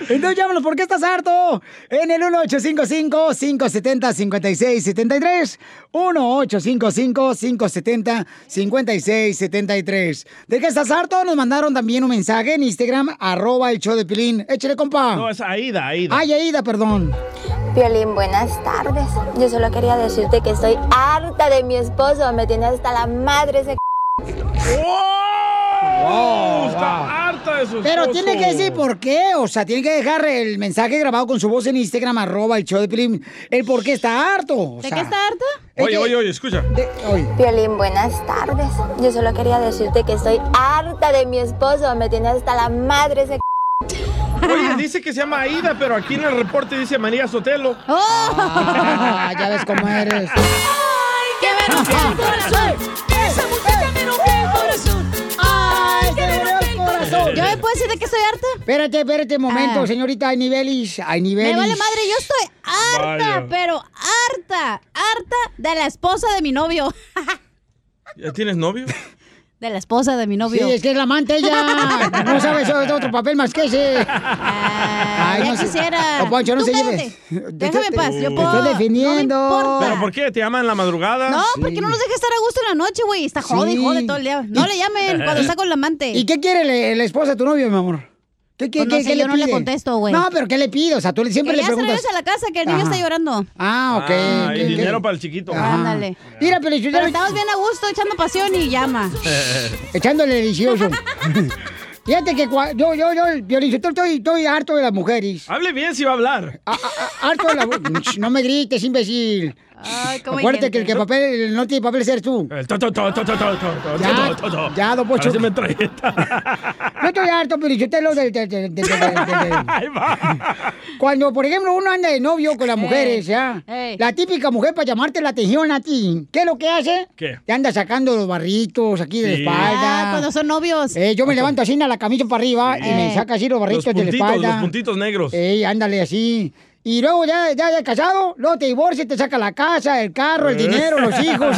Entonces llámanos, ¿por qué estás harto? En el 1855-570-5673. 1855-570-5673. ¿De qué estás harto? Nos mandaron también un mensaje en Instagram, arroba el show de Pilín. Échale, compa. No, es Aida, Aida. Ay, Aida, perdón. Violín, buenas tardes. Yo solo quería decirte que estoy harta de mi esposo. Me tiene hasta la madre ese c... ¡Wow! Oh, Está harta de sus Ah. Pero tiene que decir por qué, o sea, tiene que dejar el mensaje grabado con su voz en Instagram, arroba el show de Pilín, el por qué está harto. o sea. harta? Oye, oye, oye, escucha. Violín, buenas tardes. Yo solo quería decirte que estoy harta de mi esposo. Me tiene hasta la madre ese c... Oye, dice que se llama Aida, pero aquí en el reporte dice María Sotelo. Oh. Ah, ya ves cómo eres. Ay, que me rompió el corazón. Esa muchacha me rompió el corazón. Ay, que me rompió el corazón. ¿Yo me puedo decir de que estoy harta? Espérate, espérate un momento, Ah. señorita. Hay niveles, hay niveles. Me vale madre, yo estoy harta, Vaya. pero harta, harta de la esposa de mi novio. ¿Ya tienes novio? De la esposa de mi novio. Sí, es que es la amante ella. Ah, No sabe eso de otro papel más que ese. Ay, Ah, ya quisiera. Don Poncho, no Tú se espérate. lleve. Déjame en paz, yo Te puedo- estoy no me definiendo. ¿Pero por qué? ¿Te llaman en la madrugada? No, porque no nos deja estar a gusto en la noche, güey. Está jode y Ah, Sí. jode todo el día. No Y- le llamen cuando está con la amante. ¿Y qué quiere le- la esposa de tu novio, mi amor? ¿Qué, qué, Pues no qué- sé, qué yo no le pide? contesto, güey. No, pero ¿qué le pido? O sea, tú le- siempre que le ya se preguntas. regrese a la casa, que el niño Ajá. está llorando. Ah, ok. Ah. Ah, ¿Qué- y qué- dinero para el chiquito. Ajá. Ándale. Mira, pero Pero estamos bien a gusto, echando pasión y llama. Echándole delicioso. Fíjate que cua- yo, yo, yo, Piolín, yo estoy, estoy harto de las mujeres. Hable bien si va a hablar. A- a- a- harto de las... Ch, No me grites, imbécil. cómo hay Acuérdate gente. que el que papel, el no tiene papel ser tú. El to, to, to, to, to, to, to, Ya, to, to, to. ya, don Pocho. A ver si me trae esta. Yo estoy harto, pero yo te lo del- del- del- del- del- del- Cuando, por ejemplo, uno anda de novio con las mujeres, ¿ya? ey. La típica mujer para llamarte la atención a ti. ¿Qué es lo que hace? ¿Qué? Te anda sacando los barritos aquí de Sí. la espalda. Ah, cuando son novios. Eh, yo me levanto así, na, la camisa para arriba y me saca así los barritos Los de la puntitos, espalda. los puntitos negros. Ey, ándale así. Y luego ya, ya, ya casado, luego te divorcias, te saca la casa, el carro, Eh. el dinero, los hijos.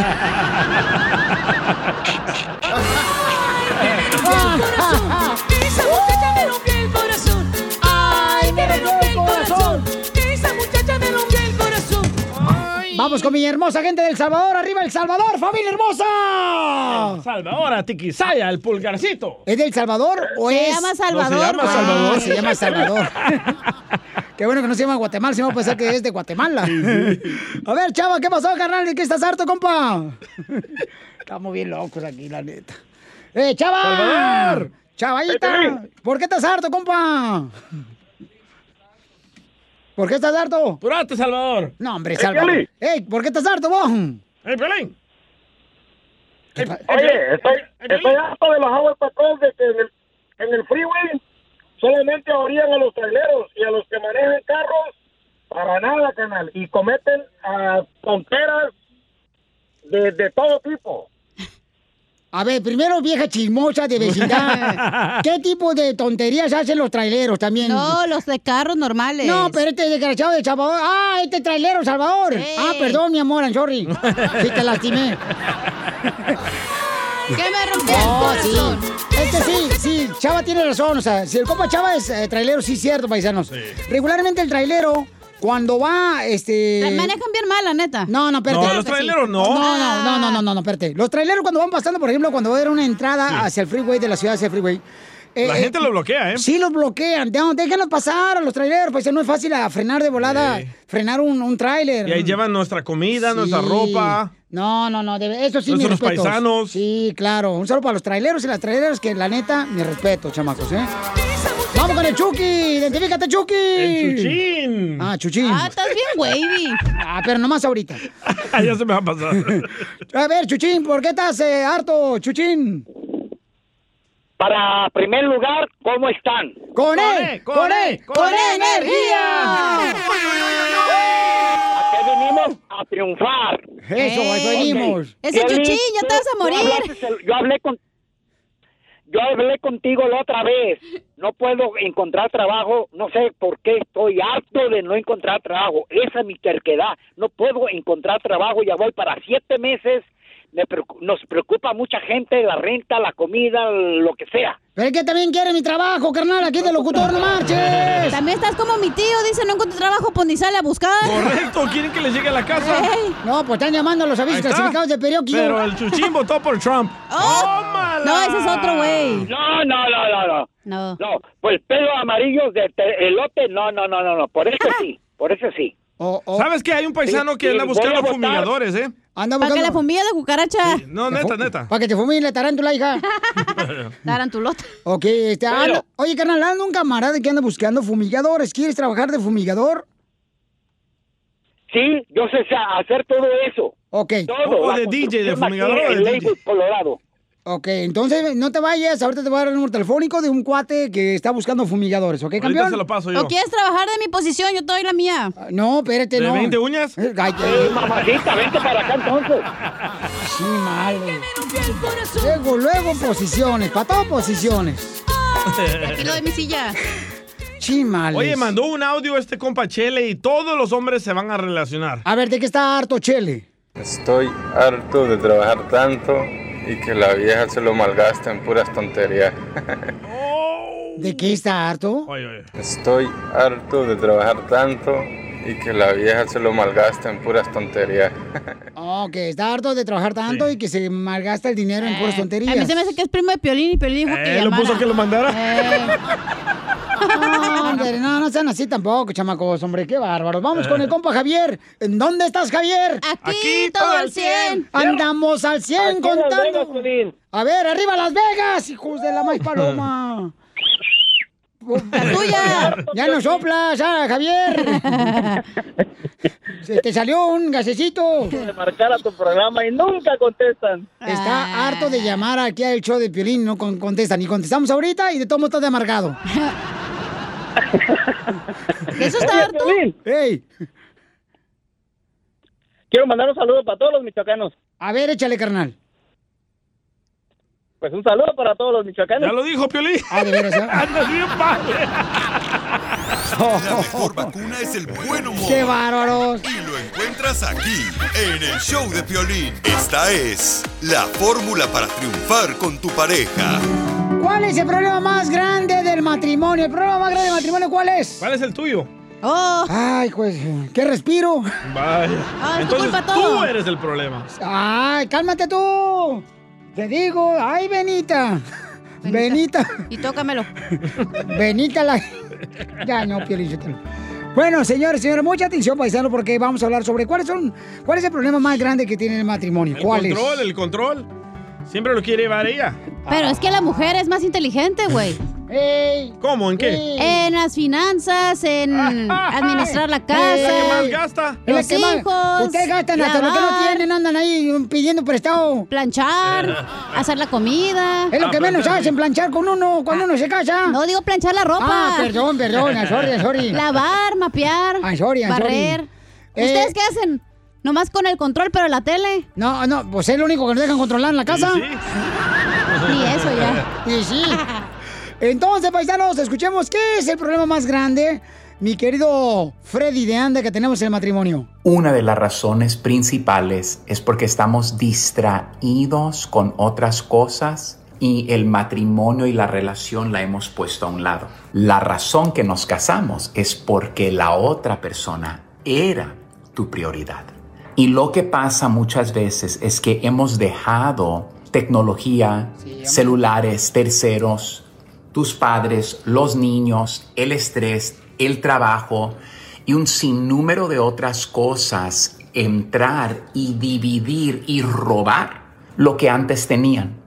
Esa muchacha me rompió el corazón. Ay, que me rompió el corazón. Esa muchacha me rompió el corazón. Ay, Vamos con mi hermosa gente del Salvador. ¡Arriba El Salvador, familia hermosa! Salvador, a Tiquisaya, el pulgarcito. ¿Es del Salvador o Se es...? llama Salvador. No, se llama Salvador. Ah, se llama Salvador. Qué bueno que no se llama Guatemala, si no puede ser que es de Guatemala. A ver, chava, ¿qué pasó, carnal? ¿De qué estás harto, compa? Estamos bien locos aquí, la neta. ¡Eh, chava! Salvador. ¡Chavallita! ¿Por qué estás harto, compa? ¿Por qué estás harto? ¡Durate, Salvador! No, hombre, Salvador. Piolín. ¡Ey, ¿por qué estás harto, vos? ¡Ey, Pelín! Oye, estoy, estoy harto de los overpatrons de que en el, en el freeway solamente orían a los traileros y a los que manejan carros para nada, canal. Y cometen ah, tonteras de, de todo tipo. A ver, primero, vieja chismosa de vecindad. ¿Qué tipo de tonterías hacen los traileros también? No, los de carros normales. No, pero este desgraciado de Salvador. ¡Ah, este trailero Salvador! Ah, perdón, mi amor, I'm sorry. Sí, te lastimé. Que me rompió No, el Oh, sí. corazón. Este sí, sí, Chava tiene razón. O sea, si el copa Chava es eh, trailero, sí es cierto, paisanos. Regularmente el trailero, cuando va, este... Te manejan bien mal, la neta. No, no, espérate. No, los traileros no. No, no, no, no, no, no, no, espérate. Los traileros cuando van pasando, por ejemplo, cuando va a haber una entrada hacia el freeway, de la ciudad hacia el freeway. La gente lo bloquea, ¿eh? Sí, los bloquean. No, déjenlos pasar a los traileros, pues no es fácil a frenar de volada, frenar un, un trailer. Y ahí llevan nuestra comida, nuestra Eh, Sí. ropa. No, no, no, debe- eso sí, mis Nuestros respetos. paisanos. Sí, claro. Un saludo para los traileros y las traileras que, la neta, mi respeto, chamacos, ¿eh? ¡Vamos con el Chucky! ¡Identifícate, Chucky! El Chuchín. Ah, Chuchín. Ah, estás bien, wavy. Ah, pero nomás ahorita. ya se me va a pasar. A ver, Chuchín, ¿por qué estás eh, harto, Chuchín? Para primer lugar, ¿cómo están? ¡Con él! ¡Con él! ¡Con él, energía! ¿A qué venimos? A triunfar. Eso, a eso venimos. Ok. Ese Piolín, Chuchín, ya tú- te vas a tú morir. hablaste el- Yo hablé con... Yo hablé contigo la otra vez. No puedo encontrar trabajo. No sé por qué estoy harto de no encontrar trabajo. Esa es mi terquedad. No puedo encontrar trabajo. Ya voy para siete meses. Me preocu- nos preocupa mucha gente, la renta, la comida, lo que sea. Pero es que también quiere mi trabajo, carnal, aquí de locutor, no marches. También estás como mi tío, dice, no encuentro trabajo, pues ni sale a buscar. Correcto, quieren que les llegue a la casa. Ey. No, pues están llamando a los avisos Ahí está. clasificados de periódico. Pero el Chuchín votó por Trump. Oh. No, ese es otro güey. No, no, no, no, no. No. No, pues pelos amarillos de te- elote, no, no, no, no, no. Por eso sí, por eso sí. Oh. ¿Sabes que hay un paisano que anda buscando fumigadores, eh? Anda Para que buscando- la fumilla de cucaracha. No, neta, neta. Para que te fumen la tarántula, hija. Tarantulota. Ok, este, Pero- anda- oye, carnal, anda un camarada que anda buscando fumigadores. ¿Quieres trabajar de fumigador? Sí, yo sé sa- hacer todo eso. Ok. Todo. O la de DJ, de construcción fumigador aquí o de en DJ. Lakewood, Colorado. Ok, entonces no te vayas. Ahorita te voy a dar el número telefónico de un cuate que está buscando fumigadores, ¿ok, campeón? ¿O quieres trabajar de mi posición? Yo te doy la mía. No, espérate, ¿De no. Eh, 20 uñas? mamacita, vente para acá entonces. Sí, mal, güey. Luego, luego, posiciones. Para todas posiciones. Aquí lo de mi silla. Chimales. Oye, mandó un audio este compa Chele y todos los hombres se van a relacionar. A ver, ¿de qué está harto Chele? Estoy harto de trabajar tanto y que la vieja se lo malgasta en puras tonterías. ¿De qué está harto? Estoy harto de trabajar tanto y que la vieja se lo malgasta en puras tonterías. Ok, está harto de trabajar tanto y que se malgasta el dinero en puras tonterías. Eh, A mí se me hace que es primo de Piolín y Piolín dijo que Eh, lo llamara. puso que lo mandara. No, hombre, Ah, no, no sean así tampoco, chamacos, hombre, qué bárbaros. Vamos con el compa Javier. ¿En dónde estás, Javier? Aquí, todo todo al al 100. 100. Andamos al 100 Aquí en Las contando. Vegas, a ver, arriba Las Vegas, hijos de la maíz paloma. La tuya. Ya no soplas, ah, Javier. Se te salió un gasecito. Marcar a tu programa y nunca contestan. Está harto de llamar aquí al show de Piolín, no con- contesta. Ni contestamos ahorita y de todo modo está de amargado. ¿Eso está harto? Quiero mandar un saludo para todos los michoacanos. A ver, échale, carnal. Pues un saludo para todos los michoacanos. Ya lo dijo Piolín. Ah, de veras, ¿eh? Andas bien padre. La mejor vacuna es el buen humor. ¡Qué bárbaros! Y lo encuentras aquí, en el show de Piolín. Esta es la fórmula para triunfar con tu pareja. ¿Cuál es el problema más grande del matrimonio? ¿El problema más grande del matrimonio cuál es? ¿Cuál es el tuyo? Oh. Ay, pues, ¿qué respiro? Vaya. Ah, es tu Entonces culpa tú todo. eres el problema. Ay, cálmate tú. Te digo, ay, Benita. Benita. Y tócamelo. Benita la... Ya no, Piolín, yo te lo- Bueno, señores, señores, mucha atención, paisano, porque vamos a hablar sobre cuáles son, cuál es el problema más grande que tiene el matrimonio. El ¿Cuál es? control, el control. Siempre lo quiere llevar ella. Pero es que la mujer es más inteligente, güey. ¿Cómo? ¿En qué? En las finanzas, en administrar la casa. Es la que más gasta. Los Es la que más- hijos. ustedes gastan hasta lo que no lavar, tienen, andan ahí pidiendo prestado. Planchar, hacer la comida. Es lo que menos hacen, planchar con uno cuando uno se casa. No digo planchar la ropa. Ah, perdón, perdón, I'm sorry, I'm sorry. Lavar, mapear, I'm sorry, I'm barrer. sorry. Eh, ¿Ustedes qué hacen? Nomás con el control, pero la tele. No, no, pues es lo único que nos dejan controlar en la casa. Ni eso ya. Y sí. Entonces, paisanos, escuchemos qué es el problema más grande, mi querido Freddy de Anda, que tenemos en el matrimonio. Una de las razones principales es porque estamos distraídos con otras cosas y el matrimonio y la relación la hemos puesto a un lado. La razón que nos casamos es porque la otra persona era tu prioridad. Y lo que pasa muchas veces es que hemos dejado tecnología, celulares, terceros, tus padres, los niños, el estrés, el trabajo y un sinnúmero de otras cosas entrar y dividir y robar lo que antes tenían.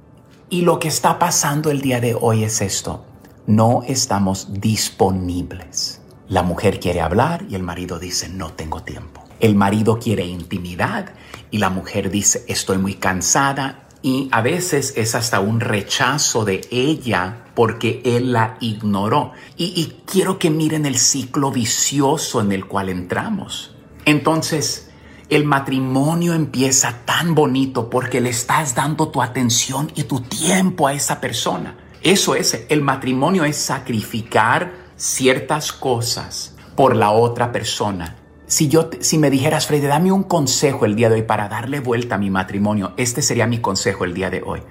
Y lo que está pasando el día de hoy es esto. No estamos disponibles. La mujer quiere hablar y el marido dice, no tengo tiempo. El marido quiere intimidad y la mujer dice, estoy muy cansada. Y a veces es hasta un rechazo de ella porque él la ignoró. Y, y quiero que miren el ciclo vicioso en el cual entramos. Entonces, el matrimonio empieza tan bonito porque le estás dando tu atención y tu tiempo a esa persona. Eso es, el matrimonio es sacrificar ciertas cosas por la otra persona. Si yo te- si me dijeras, Freddy, dame un consejo el día de hoy para darle vuelta a mi matrimonio, este sería mi consejo el día de hoy.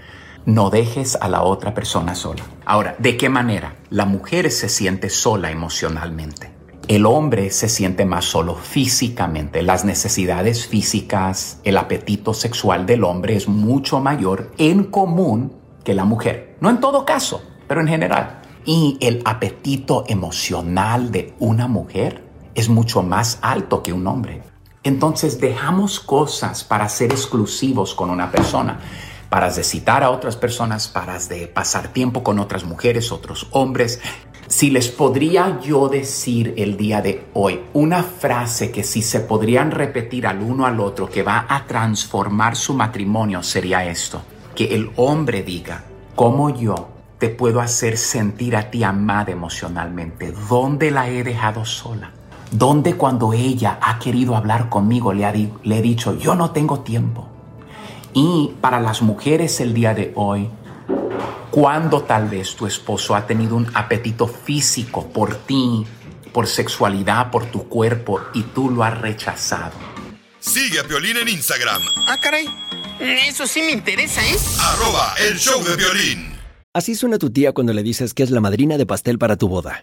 No dejes a la otra persona sola. Ahora, ¿de qué manera? La mujer se siente sola emocionalmente. El hombre se siente más solo físicamente. Las necesidades físicas, el apetito sexual del hombre es mucho mayor en común que la mujer. No en todo caso, pero en general. Y el apetito emocional de una mujer es mucho más alto que un hombre. Entonces dejamos cosas para ser exclusivos con una persona paras de citar a otras personas, paras de pasar tiempo con otras mujeres, otros hombres. Si les podría yo decir el día de hoy una frase que si se podrían repetir al uno al otro que va a transformar su matrimonio sería esto, que el hombre diga, ¿cómo yo te puedo hacer sentir a ti amada emocionalmente? ¿Dónde la he dejado sola? ¿Dónde cuando ella ha querido hablar conmigo le, ha di- le he dicho, yo no tengo tiempo? Y para las mujeres el día de hoy, cuando tal vez tu esposo ha tenido un apetito físico por ti, por sexualidad, por tu cuerpo, y tú lo has rechazado. Sigue a Piolín en Instagram, Ah, caray. Eso sí me interesa, ¿eh? arroba el show de Piolín. Así suena tu tía cuando le dices que es la madrina de pastel para tu boda.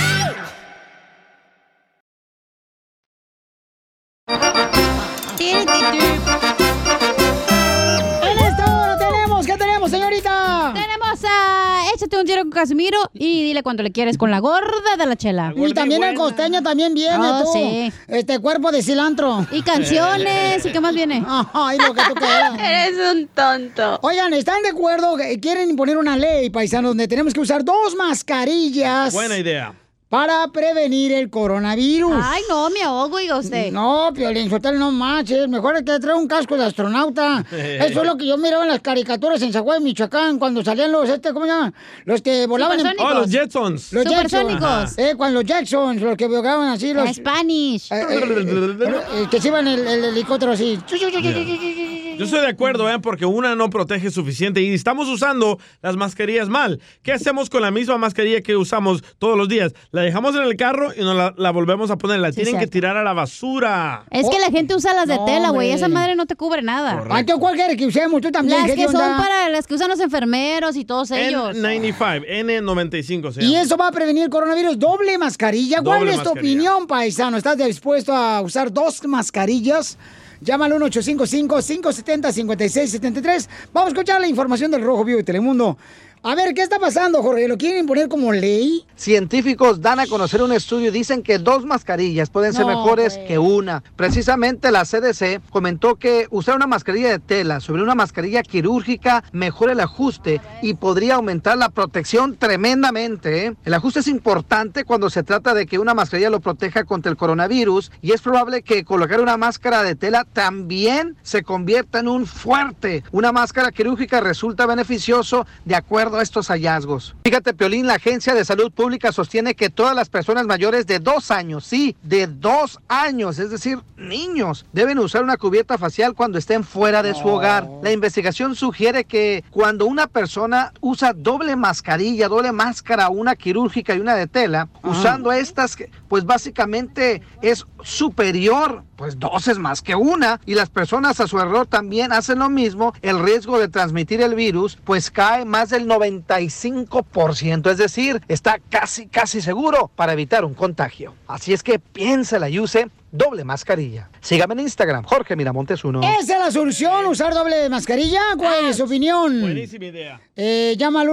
En esta hora tenemos, ¿qué tenemos, señorita? Tenemos a Échate Échate un tiro con Casimiro y dile cuánto le quieres con la gorda de la chela. Y también el costeño también viene, Oh, tú. sí. Este cuerpo de cilantro. Y canciones, ¿y qué más viene? Ay, lo que tú quieras. Eres un tonto. Oigan, ¿están de acuerdo? que Quieren imponer una ley, paisano, donde tenemos que usar dos mascarillas. Buena idea. Para prevenir el coronavirus. Ay, no, me ahogo, diga usted. No, Piolín, suéltale, no manches. Mejor es que trae un casco de astronauta. Eso es lo que yo miraba en las caricaturas en Zaguay, Michoacán, cuando salían los, este, ¿cómo se llama? Los que volaban en... Oh, los Jetsons. Los Jacksons. Eh, cuando los Jacksons, los que volaban así, los... Eh, Spanish. que se iban el, el helicóptero así. Yo estoy de acuerdo, ¿eh? Porque una no protege suficiente y estamos usando las mascarillas mal. ¿Qué hacemos con la misma mascarilla que usamos todos los días? La dejamos en el carro y nos la, la volvemos a poner. La tienen que cierto. tirar a la basura. Es que la gente usa las de No, tela, güey. hombre. Esa madre no te cubre nada. Oh. Ay, ¿qué cuál quieres que usemos? Tú también. Las ¿qué que onda? son para las que usan los enfermeros y todos ellos. N95, N95 se Y llama. eso va a prevenir el coronavirus. Doble mascarilla. ¿Cuál Doble es tu mascarilla. opinión, paisano? ¿Estás dispuesto a usar dos mascarillas? Llámalo al 1-855-570-5673. Vamos a escuchar la información del Rojo Vivo de Telemundo. A ver, ¿qué está pasando, Jorge? ¿Lo quieren imponer como ley? Científicos dan a conocer un estudio y dicen que dos mascarillas pueden ser No, mejores que una. Precisamente la CDC comentó que usar una mascarilla de tela sobre una mascarilla quirúrgica mejora el ajuste y podría aumentar la protección tremendamente. ¿eh? El ajuste es importante cuando se trata de que una mascarilla lo proteja contra el coronavirus y es probable que colocar una máscara de tela también se convierta en un fuerte. Una máscara quirúrgica resulta beneficioso de acuerdo a estos hallazgos. Fíjate, Piolín, la Agencia de Salud Pública sostiene que todas las personas mayores de dos años, sí, de dos años, es decir, niños, deben usar una cubierta facial cuando estén fuera de su hogar. La investigación sugiere que cuando una persona usa doble mascarilla, doble máscara, una quirúrgica y una de tela, usando estas, que, pues básicamente es superior, pues dos es más que una, y las personas a su alrededor también hacen lo mismo, el riesgo de transmitir el virus, pues cae más del 95%, es decir, está casi, casi seguro para evitar un contagio. Así es que piénsala y use doble mascarilla. Sígame en Instagram, Jorge Miramontes 1. ¿Esa es la solución? ¿Usar doble mascarilla? ¿Cuál es su opinión? Ah, Buenísima idea. Eh, llama al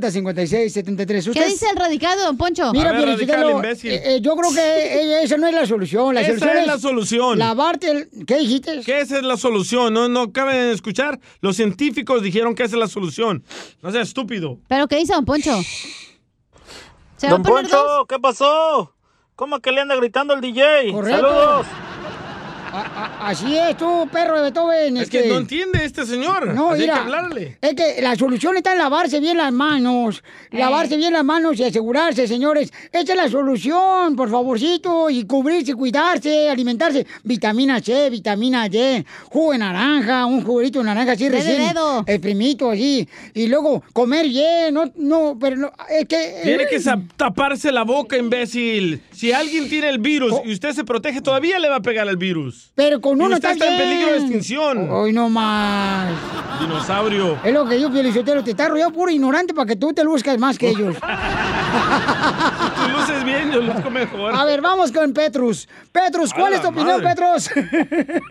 1-855-570-5673. ¿Qué dice el radicado, don Poncho? Mira, Pio Lichotelo, eh, eh, yo creo que eh, eh, esa no es la solución. La Esa solución es la solución. Lavarte el... ¿Qué dijiste? Que esa es la solución. No, no cabe escuchar. Los científicos dijeron que esa es la solución. No sea estúpido. ¿Pero qué dice don Poncho? ¿Se va a Don poner Poncho, dos? ¿qué pasó? ¿Cómo que le anda gritando el DJ? Correcto. Saludos. A- a- así es tú, perro de Beethoven. Es que no entiende este señor. No, Así hay que mira, hablarle. Eh. Es que la solución está en lavarse bien las manos. Lavarse bien las manos y asegurarse, señores. Esa es la solución, por favorcito. Y cubrirse, cuidarse, alimentarse. Vitamina C, vitamina D, jugo de naranja, un juguito de naranja así Té de recién. dedo. Exprimito así. Y luego comer bien. No, no, pero no, es que... eh, Tiene que sa- taparse la boca, imbécil. Si alguien tiene el virus y usted se protege, todavía le va a pegar el virus. Pero con Y uno usted está, está en peligro de bien. extinción. Hoy no más. Dinosaurio. Es lo que yo, Pielichotero, te está rodeado puro ignorante para que tú te luzcas más que ellos. Tú luces bien, yo luzco mejor. A ver, vamos con Petrus. Petrus, ¿cuál A es la tu opinión, madre. Petrus?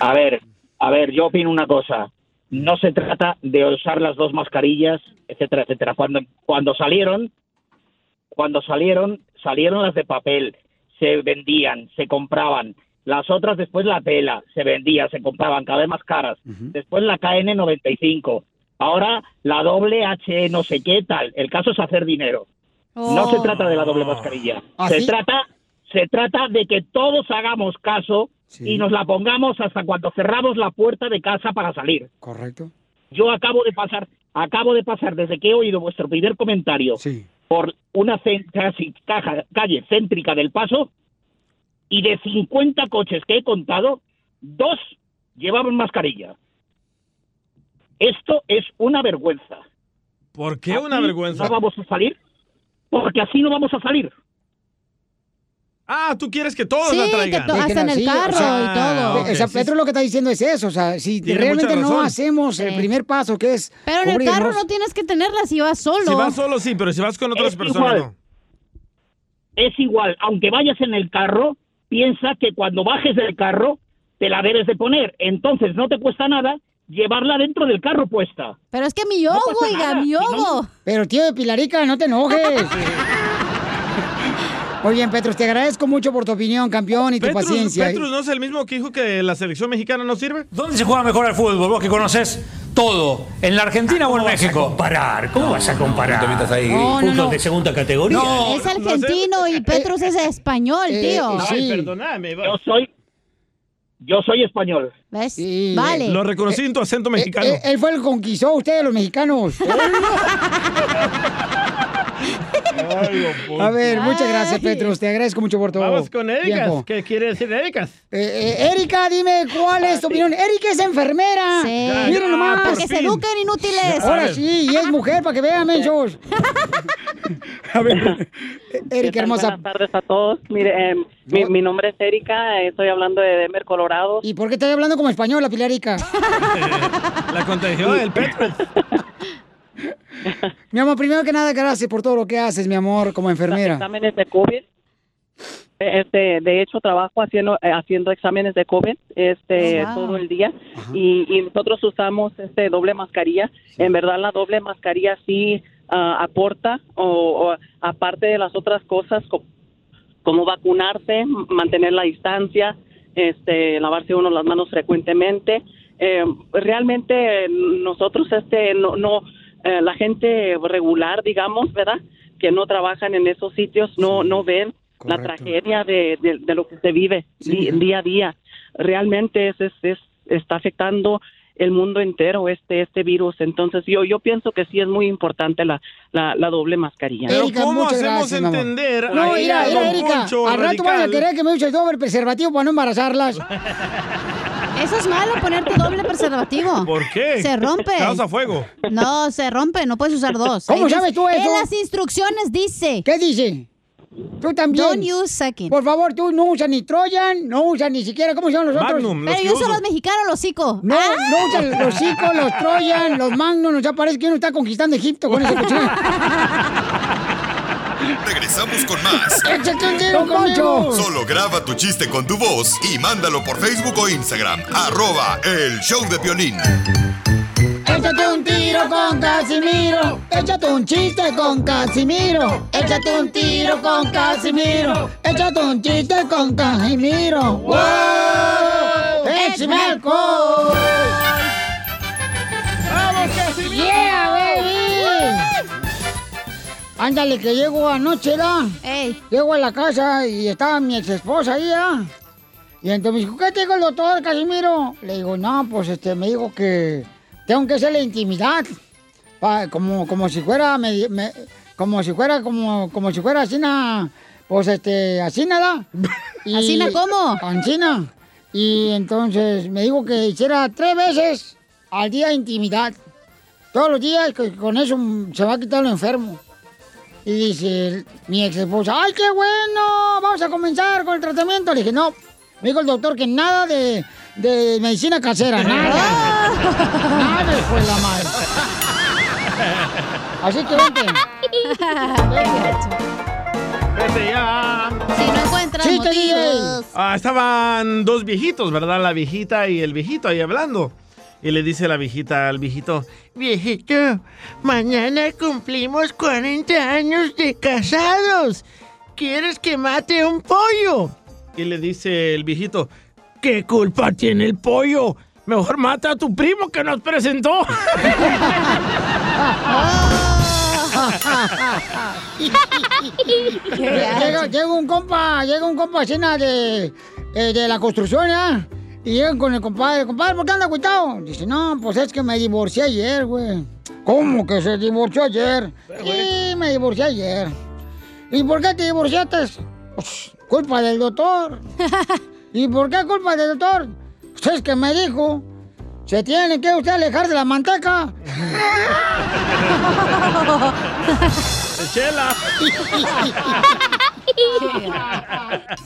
A ver, a ver, yo opino una cosa. No se trata de usar las dos mascarillas, etcétera, etcétera. Cuando, cuando salieron, cuando salieron, salieron las de papel, se vendían, se compraban. Las otras después la tela, se vendía, se compraban, cada vez más caras. Después la KN95. Ahora la doble H E no sé qué tal. El caso es hacer dinero. No se trata de la doble mascarilla. Oh. ¿Ah, se sí? trata se trata de que todos hagamos caso y nos la pongamos hasta cuando cerramos la puerta de casa para salir. Correcto. Yo acabo de pasar, acabo de pasar desde que he oído vuestro primer comentario por una cen- casi caja- calle céntrica del Paso y de 50 coches que he contado, dos llevaban mascarilla. Esto es una vergüenza. ¿Por qué una Así vergüenza? No vamos a salir porque así no vamos a salir. Ah, tú quieres que todos Sí, la que traigan. to- hasta en el carro y todo. O sea, ok, sí, Petro lo que está diciendo es eso. O sea, si Tiene realmente mucha no razón. hacemos el primer paso, que es. Pero en el cubrirnos- carro no tienes que tenerlas si vas solo. Si vas solo, sí, pero si vas con otras Es personas, igual. es igual, aunque vayas en el carro, piensa que cuando bajes del carro te la debes de poner. Entonces no te cuesta nada llevarla dentro del carro puesta. Pero es que mi yogo, pues, pasa oiga, nada, mi si no- yogo. Pero tío de Pilarica, no te enojes. Muy bien, Petrus, te agradezco mucho por tu opinión, campeón, y tu Petrus, paciencia. eh. Petrus no es el mismo que dijo que la selección mexicana no sirve. ¿Dónde se juega mejor al fútbol? Vos que conoces todo. ¿En la Argentina o en México? comparar? ¿Cómo vas a comparar? te metas ahí, No, no, puntos no. de segunda categoría. es argentino y Eh, Petrus es español, Eh, tío. perdóname. Yo soy, yo soy español. ¿Ves? vale. Lo reconocí en tu acento mexicano. Eh, él fue el que conquistó a ustedes, los mexicanos. a ver, muchas gracias, Ay. Petrus. Te agradezco mucho por tu Vamos con Ericas. tiempo. ¿Qué quiere decir Ericas? Eh, eh, Erika, dime cuál es tu opinión. Erika es enfermera. Ya, ya, Miren nomás. por Que se fin. eduquen, inútiles. A Ahora ver. sí, y es mujer para que vean, mensos. A ver, Eh, Erika hermosa. Buenas tardes a todos. Mire, em, mi, mi nombre es Erika, eh, estoy hablando de Denver, Colorado. ¿Y por qué estás hablando como española, Pilarica? La contagió el Petro. mi amor, primero que nada, gracias por todo lo que haces, mi amor, como enfermera. Exámenes de COVID. Eh, Este, de hecho, trabajo haciendo, eh, haciendo exámenes de COVID este, Wow. todo el día y, y nosotros usamos este doble mascarilla. En verdad, la doble mascarilla sí ah, aporta o, o aparte de las otras cosas co- como vacunarse, m- mantener la distancia, este, lavarse uno las manos frecuentemente. Eh, realmente eh, nosotros este no, no eh, la gente regular, digamos, ¿verdad? Que no trabajan en esos sitios, no no ven la tragedia de, de- de lo que se vive di- día a día. Realmente es, es- es- está afectando el mundo entero este este virus. Entonces yo yo pienso que sí es muy importante la la, la doble mascarilla. Pero ¿cómo hacemos entender a No, mira, Erika, mira, don Erika. Poncho Al rato Radical? van a querer que me use el doble preservativo para no embarazarlas. Eso es malo, ponerte doble preservativo. ¿Por qué? Se rompe. Causa fuego. No, se rompe, no puedes usar dos. ¿Cómo Ahí sabes dice- tú eso? En las instrucciones dice. ¿Qué dice? Tú también. Don't use second. Por favor, tú no usas ni Troyan, no usas ni siquiera, ¿cómo se llaman los otros? Pero yo uso los mexicanos, los hocico. Ah. No, no usas los chicos, los Troyan, los Magnum, ya parece que uno está conquistando Egipto con ese cochino. Regresamos con más. ¡Échate un tiro conmigo! Solo graba tu chiste con tu voz y mándalo por Facebook o Instagram. Arroba el show de violín. Échate un tiro con Casimiro. Échate un chiste con Casimiro. Échate un tiro con Casimiro. Échate un chiste con Casimiro. Pues, ¡Wow! ¡Échame alcohol! ¡Vamos, Casimiro! ¡Yeah, baby! Ándale, que llego anoche, ¿da? Llego a la casa y estaba mi ex esposa ahí, ¿da? Y entonces me dijo, ¿qué te dijo el doctor, Casimiro? Le digo, no, pues este, me dijo que tengo que hacer la intimidad. pa- como, como si fuera, me- me- como si fuera, como, como si fuera así, na- pues este, así nada. Y- ¿Asina cómo? Asina. Y entonces me dijo que hiciera tres veces al día intimidad. Todos los días, que con eso mm, se va a quitar lo enfermo. Y dice el- mi ex esposa, ¡ay, qué bueno! Vamos a comenzar con el tratamiento. Le dije, no. Me dijo el doctor que nada de, de medicina casera, nada. nada, hijo de la madre. Así que vente. Vete ya. Si no encuentras Chiste, motivos. Ah, estaban dos viejitos, ¿verdad? La viejita y el viejito ahí hablando. Y le dice la viejita al viejito, Viejito, mañana cumplimos 40 años de casados. ¿Quieres que mate un pollo? Y le dice el viejito, ¿qué culpa tiene el pollo? Mejor mata a tu primo que nos presentó. llega, llega un compa, llega un compa cena de, eh, de la construcción, ¿ya? Y llegan con el compadre, compadre, ¿por qué anda agüitado? Dice, no, pues es que me divorcié ayer, güey. ¿Cómo que se divorció ayer? Sí, me divorcié ayer. ¿Y por qué te divorciaste? Pues, culpa del doctor. ¿Y por qué culpa del doctor? Pues es que me dijo, se tiene que usted alejar de la manteca. Chela.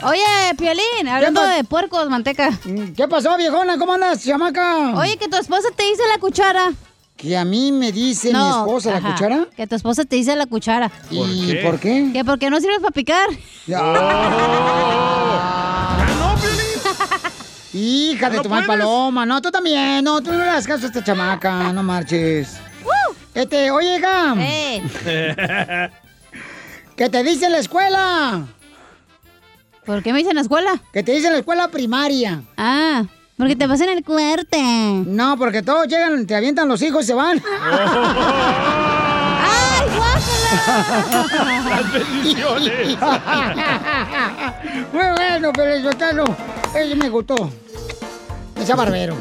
Oye, Piolín, hablando de puercos, manteca. Mm, ¿Qué pasó, viejona? ¿Cómo andas, chamaca? Oye, que tu esposa te hizo la cuchara. Que a mí me dice mi esposa la ajá, cuchara. Que tu esposa te dice la cuchara. ¿Por ¿Y qué? por qué? Que porque no sirves para picar. Ya. Hija de ¿No tu mal puedes? paloma. No, tú también. No, tú no le das caso a esta chamaca. No marches. Este, oye, Gam. Eh. ¿Qué te dice en la escuela? ¿Por qué me dicen la escuela? Que te dicen la escuela primaria. Ah, porque te pasan el cuerte. No, porque todos llegan, te avientan los hijos y se van. ¡Ay, guácala! ¡Las bendiciones! Muy bueno, pero el sotano, ese me gustó. Ese barbero.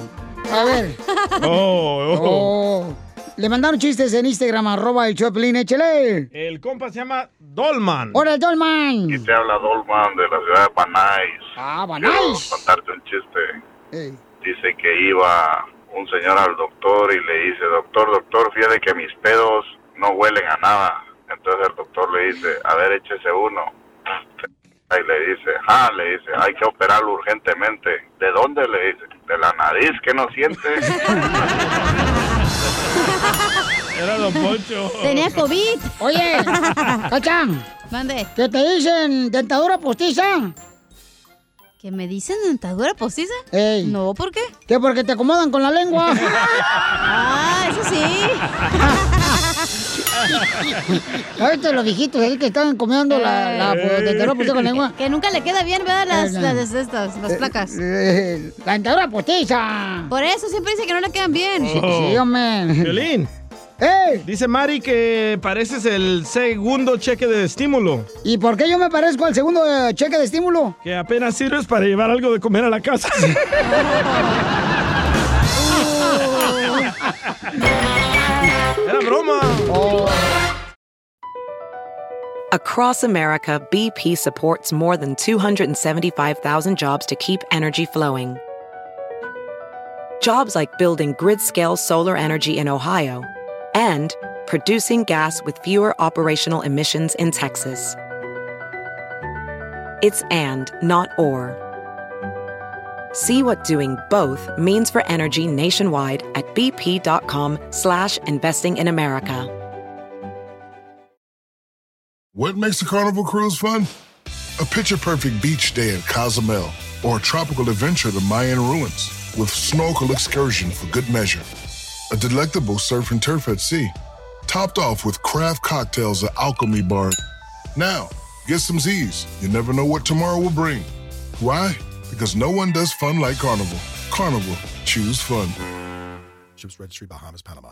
A ver. Oh, oh. Oh. Le mandaron chistes en Instagram, arroba el Choplin, échale. El compa se llama Dolman. ¡Hola, Dolman! Te habla Dolman de la ciudad de Banais. Ah, Quiero Banais. contarte un chiste. Dice que iba un señor al doctor y le dice, doctor, doctor, fíjate que mis pedos no huelen a nada. Entonces el doctor le dice, a ver, échese uno. Y le dice, ah, le dice, hay que operarlo urgentemente. ¿De dónde? Le dice, de la nariz que no siente. Era Don Poncho. Tenía COVID. Oye, Cachan. Mande. ¿Qué te dicen? ¿Dentadura postiza? ¿Que me dicen dentadura postiza? Ey. No, ¿por qué? Que porque te acomodan con la lengua. Ah, eso sí. ¿Sabes de los viejitos ahí que están comiendo la, la pues, dentadura postiza con lengua? Que nunca le queda bien, ¿verdad? Las, Eh, no. las, estas, las placas. Eh, La dentadura postiza. Por eso siempre dice que no le quedan bien. Sí, hombre. Oh. Violín. Dice Mari que pareces el segundo cheque de estímulo. ¿Y por qué yo me parezco al segundo eh, cheque de estímulo? Que apenas sirves para llevar algo de comer a la casa. Era broma. Across America, BP supports more than 275,000 jobs to keep energy flowing. Jobs like building grid scale solar energy in Ohio and producing gas with fewer operational emissions in Texas. It's and, not or. See what doing both means for energy nationwide at bp.com slash investing in America. What makes the Carnival Cruise fun? A picture perfect beach day at Cozumel or a tropical adventure to Mayan ruins with snorkel excursion for good measure. A delectable surf and turf at sea, topped off with craft cocktails at Alchemy Bar. Now, get some Z's. You never know what tomorrow will bring. Why? Because no one does fun like Carnival. Carnival, choose fun. Ships Registry, Bahamas, Panama.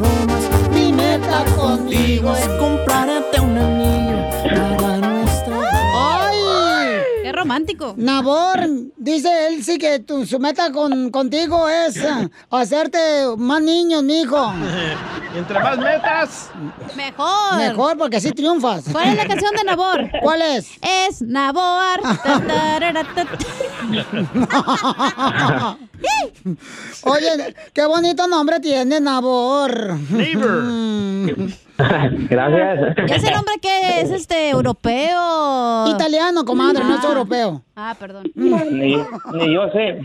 bromas. Mi meta contigo es comprarte un anillo para nuestra. ¡Ay! ¡Qué romántico! Nabor, dice él sí que tu, su meta con, contigo es ah, hacerte más niños, mijo. Entre más metas. Mejor. Mejor, porque así triunfas. ¿Cuál es la canción de Nabor? ¿Cuál es? Es Nabor. Ta, tarara, ta, ta. Oye, qué bonito nombre tiene, Nabor. Gracias. ¿Y ese nombre qué es? ¿Este europeo? Italiano, comadre, no es europeo. Ah, perdón. Ni, ni yo sé.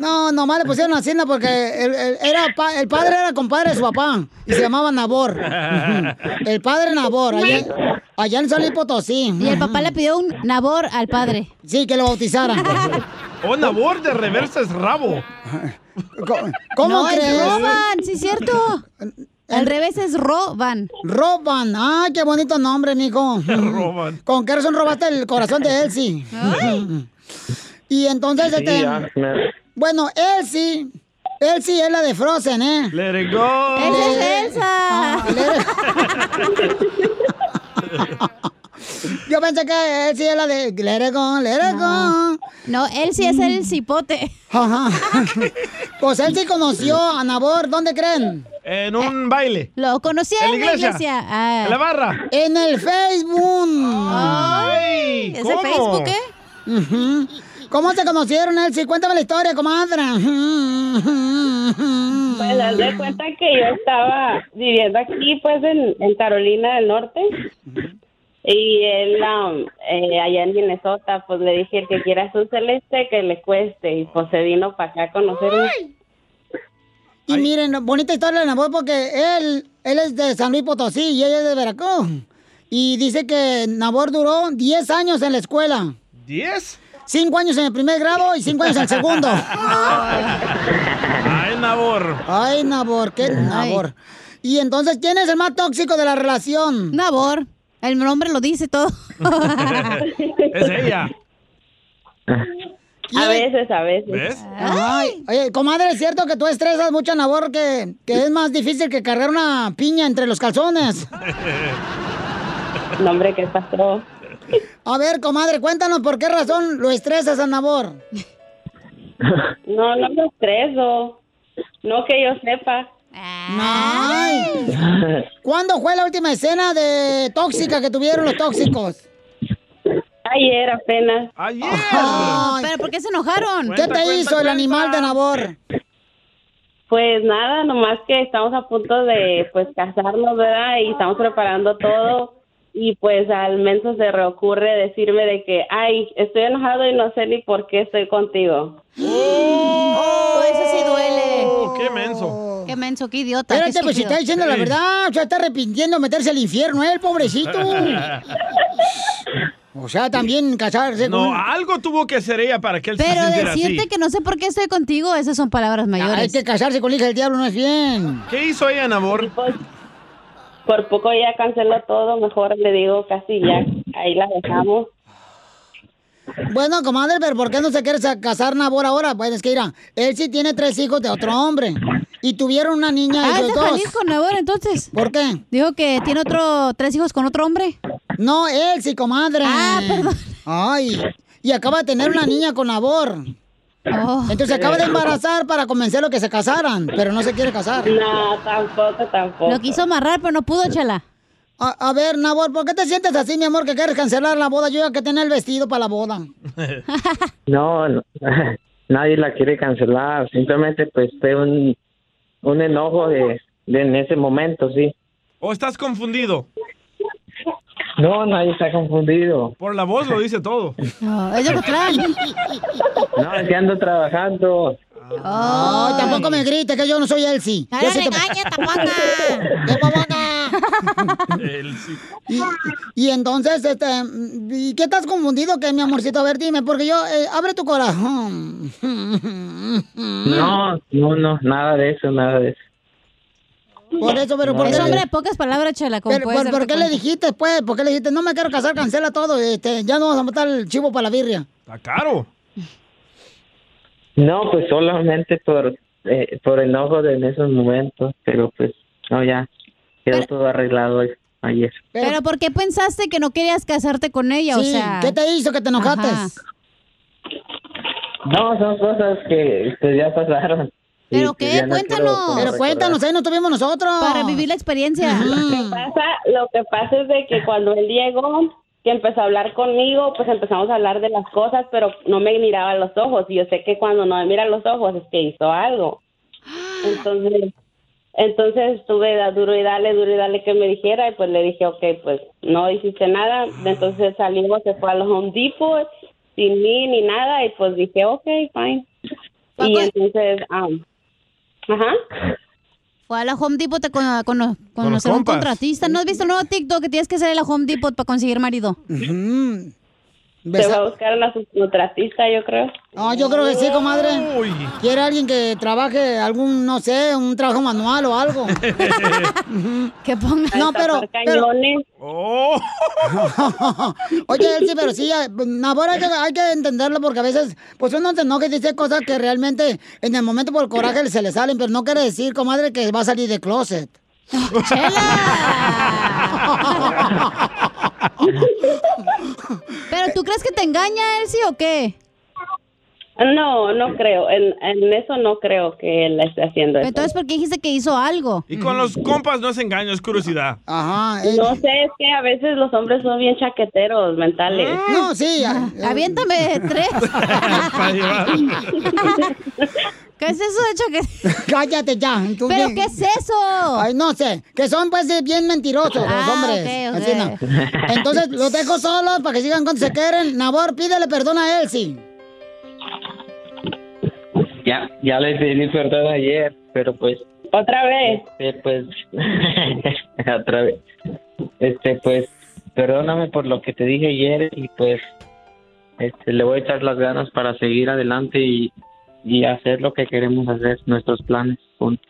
No, nomás le pusieron así ¿no? porque el, el- era pa- el padre era compadre de su papá y se llamaba Nabor. El padre Nabor, allá, allá en San Luis Potosí. Y el papá le pidió un Nabor al padre. Sí, que lo bautizara. Oh, Nabor de reversa es rabo. ¿Cómo no, es crees? Eh, Roban, sí es cierto. Al revés es Roban. Roban, ah, qué bonito nombre, mijo. Roban. Con qué razón robaste el corazón de Elsie. Y entonces, Sí, este. ya, me- Bueno, Elsie. Elsie es la de Frozen, ¿eh? Ah, Let it go. Esa es Elsa. Yo pensé que Elsie es la de Let it go, let it go. Mm. No, Elsie es el cipote. Ajá. Pues Elsie conoció a Nabor, ¿dónde creen? En un baile. Lo conocí en, la iglesia. Ah. Eh, En la barra. En el Facebook. Ay, ¿ese ¿cómo? Facebook, eh? Ujú. ¿Cómo se conocieron, Elsie? Cuéntame la historia, comadre. Pues haz de cuenta que yo estaba viviendo aquí, pues, en, en Carolina del Norte. Y él, um, eh, allá en Minnesota, pues le dije, el que quiera azul celeste, que le cueste. Y pues se vino para acá a conocerme. Y miren, bonita historia de amor porque él, él es de San Luis Potosí y ella es de Veracruz. Y dice que Nabor duró 10 años en la escuela. ¿Diez? 5 años en el primer grado y 5 años en Pues el segundo. Ay, Nabor. Ay, Nabor, qué Nabor. Y entonces, ¿quién es el más tóxico de la relación? Nabor. El nombre lo dice todo. Es ella. A veces, a veces. Ay, oye, comadre, ¿es cierto que tú estresas mucho a Nabor que, que es más difícil que cargar una piña entre los calzones? No, hombre, ¿qué pasó? A ver, comadre, cuéntanos por qué razón lo estresas a Nabor. No, no me estreso. No que yo sepa. Ay. ¿Cuándo fue la última escena de tóxica que tuvieron los tóxicos? Ayer apenas. Ayer. ¿Pero por qué se enojaron? ¿Qué te hizo el animal de Nabor? Pues nada, nomás que estamos a punto de pues casarnos, ¿verdad? Y estamos preparando todo. Y pues al menos se reocurre decirme de que, ay, estoy enojado y no sé ni por qué estoy contigo. Oh, eso sí duele. Oh, qué menso. Qué menso, qué idiota. Espérate, pues si está diciendo la verdad, ya está arrepintiendo de meterse al infierno, ¿eh? el pobrecito. O sea, también casarse con... No, algo tuvo que hacer ella para que él Pero se sintiera decirte así. que no sé por qué estoy contigo, esas son palabras mayores. Hay que casarse con la hija del diablo, no es bien. ¿Qué hizo ella, Nabor? pues, Por poco ya canceló todo, mejor le digo casi ya, ahí la dejamos. Bueno, comadre, pero ¿por qué no se quiere sa- casar Nabor ahora? Pues es que mira, él sí tiene tres hijos de otro hombre. Y tuvieron una niña Ah, ellos es de dos. Jalisco, Nabor, entonces. ¿Por qué? Dijo que tiene otro, tres hijos con otro hombre. No, él sí, comadre. Ah, perdón. Ay, y acaba de tener una niña con Nabor. Oh. Entonces acaba de embarazar para convencerlo que se casaran, pero no se quiere casar. No, tampoco, tampoco. Lo quiso amarrar, pero no pudo, chela. A, a ver, Nabor, ¿por qué te sientes así, mi amor, que quieres cancelar la boda? Yo ya que tener el vestido para la boda. No, no, nadie la quiere cancelar, simplemente pues fue un, un enojo de, de en ese momento, sí. ¿O estás confundido? No, nadie está confundido. Por la voz lo dice todo. No, es de Ocotlán. No, es que ando trabajando. Ay, Oh, tampoco me grites que yo no soy Elsie. No Ya la se te- regañes, tampoco. ¡Qué bobona! y, y entonces, este, ¿y qué estás confundido que mi amorcito? A ver, dime, porque yo, eh, abre tu corazón. No, no, no, nada de eso, nada de eso. Por eso, pero por Es qué hombre de pocas palabras, chela. como Pero, puedes por, darte ¿por qué le cuenta. dijiste, pues? ¿Por qué le dijiste, no me quiero casar, cancela todo? Este, ya no vamos a matar el chivo para la birria. Está caro. No, pues solamente por, eh, por enojo de en esos momentos, pero pues, no, ya, quedó todo arreglado hoy- ayer. Pero, ¿por qué pensaste que no querías casarte con ella? o Sí, sea, ¿qué te hizo que te enojaste? No, son cosas que este, pues, ya pasaron. Y, ¿Pero pues, qué? ya no quiero como Cuéntanos. recordar. ahí no tuvimos nosotros. Para vivir la experiencia. Lo que pasa, lo que pasa es de que cuando él llegó, que empezó a hablar conmigo, pues empezamos a hablar de las cosas, pero no me miraba a los ojos. Y yo sé que cuando no me mira a los ojos es que hizo algo. Entonces, entonces estuve da- duro y dale, duro y dale que me dijera. Y pues le dije, ok, pues no hiciste nada. Entonces salimos, se fue a los Home Depot sin mí ni nada. Y pues dije, ok, fine. Y entonces, am, ajá. Fue a la Home Depot te con, con, con, conocer un compas. contratista. ¿No has visto el nuevo TikTok que tienes que hacer en la Home Depot para conseguir marido? Se va a buscar a la subcontratista, yo creo. No, yo creo que sí, comadre. Quiere alguien que trabaje algún, no sé, un trabajo manual o algo. que ponga. No, pero. pero- Oh, Oye, Elsie, pero sí, eh, Nabor hay que, hay que entenderlo porque a veces, pues uno se enoja y dice cosas que realmente en el momento por el coraje se le salen, pero no quiere decir, comadre, que va a salir de closet. ¿Pero tú crees que te engaña, Elsie, o qué? No, no creo. En, en eso no creo que él esté haciendo eso. Entonces, ¿por qué dijiste que hizo algo? Y con los compas no es engaño, es curiosidad. Ajá. No sé, es que a veces los hombres son bien chaqueteros mentales. No, sí. Ah, Aviéntame tres. ¿Qué es eso de hecho que... Cállate ya. tú ¿Pero bien. qué es eso? Ay, no sé. Que son, pues, eh, bien mentirosos Ah, los hombres. ok, ok. Así no. Entonces, los dejo solos para que sigan cuando se quieren. Nabor, pídele perdón a Elsie. Ya, ya le pedí perdón ayer, pero pues, Otra vez. este, pues, otra vez. Este, pues, perdóname por lo que te dije ayer y pues, este, le voy a echar las ganas para seguir adelante y, y hacer lo que queremos hacer, nuestros planes juntos.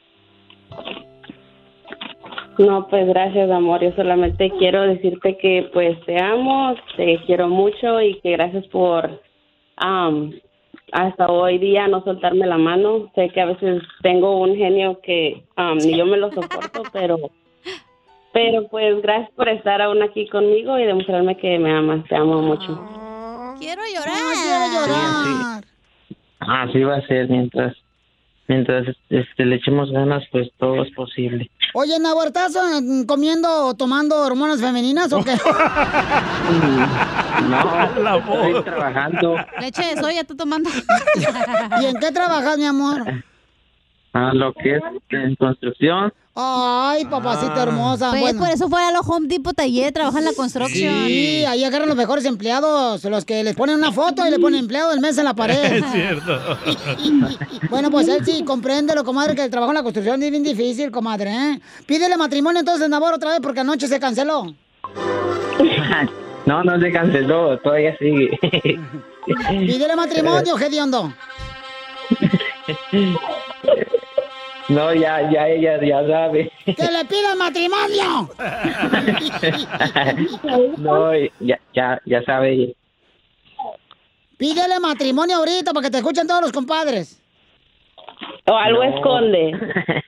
No, pues gracias, amor. Yo solamente quiero decirte que pues te amo, te quiero mucho y que gracias por am, hasta hoy día no soltarme la mano. Sé que a veces tengo un genio que am, ni yo me lo soporto, pero pero pues gracias por estar aún aquí conmigo y demostrarme que me amas. Te amo mucho. Quiero llorar. quiero llorar. Así va a ser mientras, mientras este, le echemos ganas, pues todo es posible. Oye, Nabor, ¿estás eh, comiendo o tomando hormonas femeninas o qué? No, estoy trabajando. Leche de soya, tú tomando. ¿Y en qué trabajas, mi amor? a Ah, lo que es en construcción. Ay, papacita hermosa. Pues bueno. por eso fue a los Home Depot ayer, trabaja en la construcción. Sí, ahí agarran los mejores empleados, los que les ponen una foto y le ponen empleado del mes en la pared. Es cierto. Bueno, pues él sí, compréndelo, comadre, que el trabajo en la construcción es bien difícil, comadre, ¿eh? Pídele matrimonio entonces, Nabor, otra vez, porque anoche se canceló. No, no se canceló, todavía sigue. Pídele matrimonio, hediondo. No, ya, ya ella ya sabe. ¡Que le pida matrimonio! No, ya, ya, ya sabe. ella. Pídele matrimonio ahorita para que te escuchen todos los compadres. O algo No. esconde.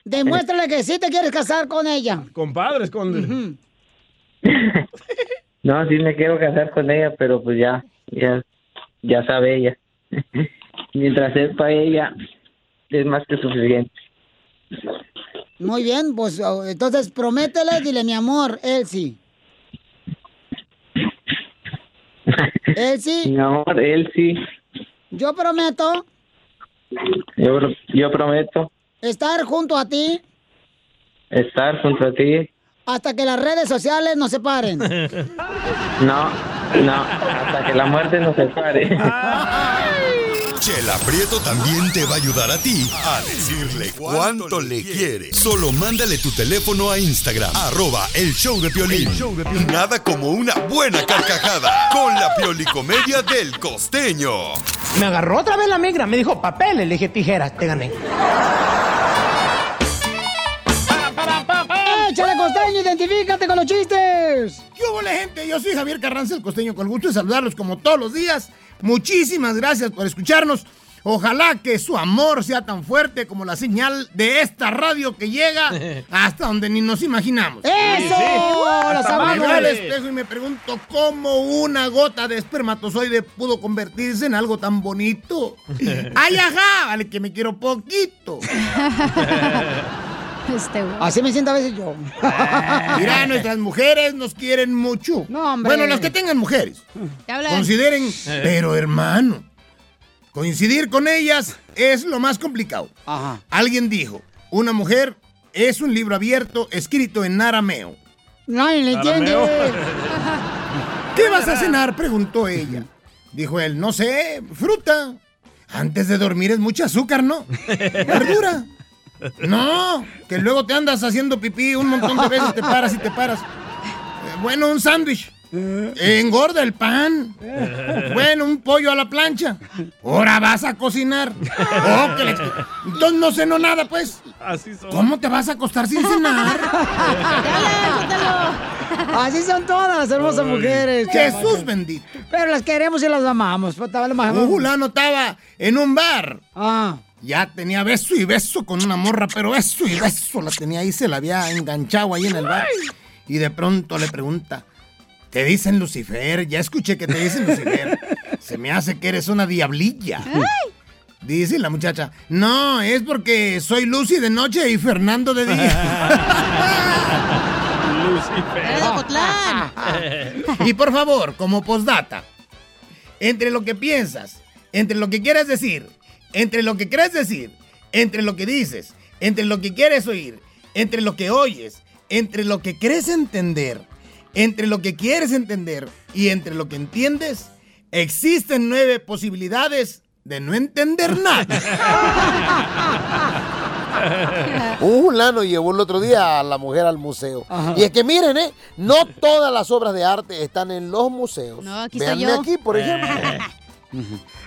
Demuéstrale que sí te quieres casar con ella. Compadre, esconde. No, sí me quiero casar con ella, pero pues ya, ya, ya sabe ella. Mientras es para ella, es más que suficiente. Muy bien, pues oh, entonces prométele, dile mi amor, Elsie. Elsie, Mi amor, él sí, yo prometo yo, pro- yo prometo estar junto a ti estar junto a ti. hasta que las redes sociales nos separen. No, no, hasta que la muerte nos separe. Chela Prieto también te va a ayudar a ti a decirle cuánto le quiere. Solo mándale tu teléfono a Instagram, arroba el show de Piolín. Nada como una buena carcajada con la piolicomedia del costeño. Me agarró otra vez la migra, me dijo papeles, le dije tijeras, te gané. ¡Échale, costeño! ¡Identifícate con los chistes! ¿Qué hubo, la gente? Yo soy Javier Carranza, el costeño, con el gusto de saludarlos como todos los días. Muchísimas gracias por escucharnos. Ojalá que su amor sea tan fuerte como la señal de esta radio que llega hasta donde ni nos imaginamos. ¡Eso! Sí, sí. ¡Las Me veo al amamos! espejo y me pregunto cómo una gota de espermatozoide pudo convertirse en algo tan bonito. ¡Ay, ajá! Vale, que me quiero poquito. Así me siento a veces yo. Mira, nuestras mujeres nos quieren mucho. hombre. Bueno, las que tengan mujeres. Consideren, Eh. pero hermano, coincidir con ellas es lo más complicado. Alguien dijo, una mujer es un libro abierto escrito en arameo. No, le entiende. ¿Qué vas a cenar? preguntó ella. Dijo él, no sé, fruta. Antes de dormir es mucho azúcar, ¿no? Verdura. No, que luego te andas haciendo pipí un montón de veces, te paras y te paras. Eh, Bueno, un sándwich. Eh, Engorda el pan. Bueno, un pollo a la plancha. Ahora vas a cocinar. Oh, que le- Entonces no cenó nada, pues. Así son. ¿Cómo te vas a acostar sin cenar? Así son todas las hermosas mujeres. Jesús bendito. Pero las queremos y las amamos. pues, estaba lo más- Ah. Un fulano estaba en un bar. Ya tenía beso y beso con una morra, pero beso y beso la tenía ahí, se la había enganchado ahí en el bar. Y de pronto le pregunta, te dicen Lucifer, ya escuché que te dicen Lucifer. Se me hace que eres una diablilla. Dice la muchacha, no, es porque soy Lucy de noche y Fernando de día. y por favor, como postdata, entre lo que piensas, entre lo que quieres decir, entre lo que crees decir, entre lo que dices, entre lo que quieres oír, entre lo que oyes, entre lo que crees entender, entre lo que quieres entender y entre lo que entiendes, existen nueve posibilidades de no entender nada. Un fulano llevó el otro día a la mujer al museo. Y es que miren, ¿eh? no todas las obras de arte están en los museos. No, aquí Véanme soy yo. Eh. aquí, por ejemplo.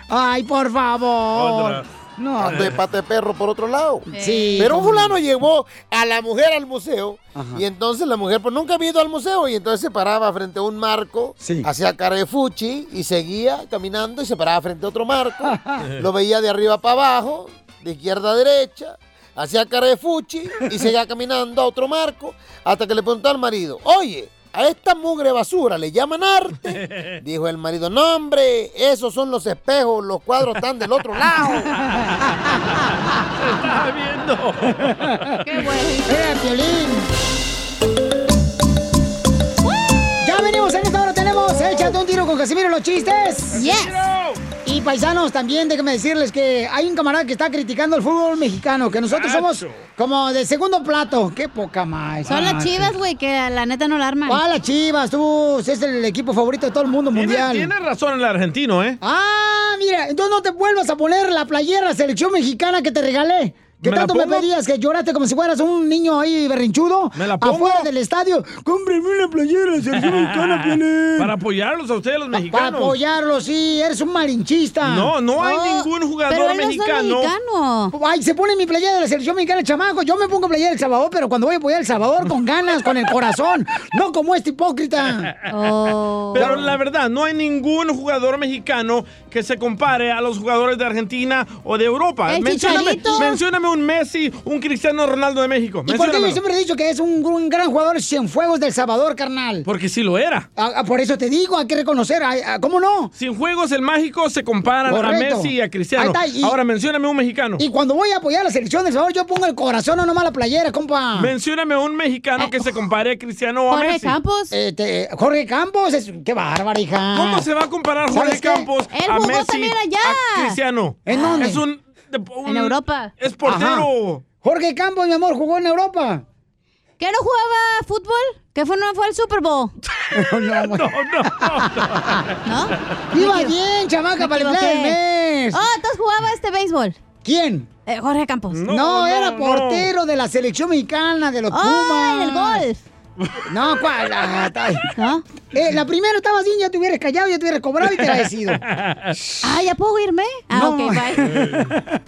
Ay, por favor. Otra. No. Ando Ah, de pata de perro por otro lado. Sí. Pero un fulano llevó a la mujer al museo y entonces la mujer pues nunca había ido al museo y entonces se paraba frente a un marco, hacía cara de fuchi y seguía caminando y se paraba frente a otro marco, lo veía de arriba para abajo, de izquierda a derecha, hacía cara de fuchi y seguía caminando a otro marco hasta que le preguntó al marido, oye, a esta mugre basura le llaman Eh. arte. Dijo el marido, no hombre, esos son los espejos, los cuadros están del otro lado. Estaba viendo. ¡Qué bueno! ¡Eh, Piolín! Ya venimos, en esta hora tenemos Échate un tiro con Casimiro los chistes. ¡Yes! Y paisanos, también déjenme decirles que hay un camarada que está criticando el fútbol mexicano, que nosotros somos como de segundo plato. ¡Qué poca más! Son las chivas, güey, que la neta no la arman. ¡Ah, las chivas! Tú es el equipo favorito de todo el mundo mundial. Tienes razón el argentino, ¿eh? ¡Ah, mira! Entonces no te vuelvas a poner la playera selección mexicana que te regalé. ¿Qué ¿Me la tanto me pongo? pedías? ¿Que lloraste como si fueras un niño ahí berrinchudo? ¿Me la pongo? Afuera del estadio. ¡Cómprame una playera selección mexicana, Piolín! Para apoyarlos a ustedes los Para mexicanos. apoyarlo, sí, eres un Ah, malinchista. No, no hay ningún jugador pero él no es mexicano. Ay, se pone mi playera de la selección mexicana, el chamaco. Yo me pongo playera del Salvador, pero cuando voy a apoyar el Salvador con ganas, con el corazón, no como este hipócrita. Oh. Pero la verdad, no hay ningún jugador mexicano que se compare a los jugadores de Argentina o de Europa. El Mencióname, Chicharito. mencióname un Messi, un Cristiano Ronaldo de México. ¿Y por qué yo Menciónamelo. siempre he dicho que es un, un gran jugador Cienfuegos del Salvador, carnal? Porque sí lo era. Ah, ah, por eso te digo, hay que reconocer. ay, ah, ¿Cómo no? Sin juegos el mágico se comparan Correcto. a Messi y a Cristiano. Ahí está, y- Ahora mencióname un mexicano. Y cuando voy a apoyar a la selección del Salvador, yo pongo el corazón, no nomás la playera, compa. Mencióname un mexicano que Eh, se compare a Cristiano o a Messi. Eh, Este, Jorge Campos, es, qué bárbaro, hija. ¿Cómo se va a comparar Jorge ¿Sabes qué? Campos Él a jugó Messi también allá. a Cristiano? ¿En dónde? Es un, un- En Europa. Es portero. Jorge Campos, mi amor, jugó en Europa. ¿Qué no jugaba fútbol? ¿Qué fue, no fue al Super Bowl? no, no, no, Me Iba equivo- bien, chamaca, me para el equivoqué. mes. Oh, entonces jugaba este béisbol. Eh, ¿Quién? Jorge Campos. No, era portero de la selección mexicana, de los Ah, Pumas. el golf. No, ¿cuál? Ah, está- Eh, la primera estaba bien, ya te hubieras callado, ya te hubieras cobrado y te hubieras ido. Ah, ¿ya puedo irme? Ah, No. ok, bye.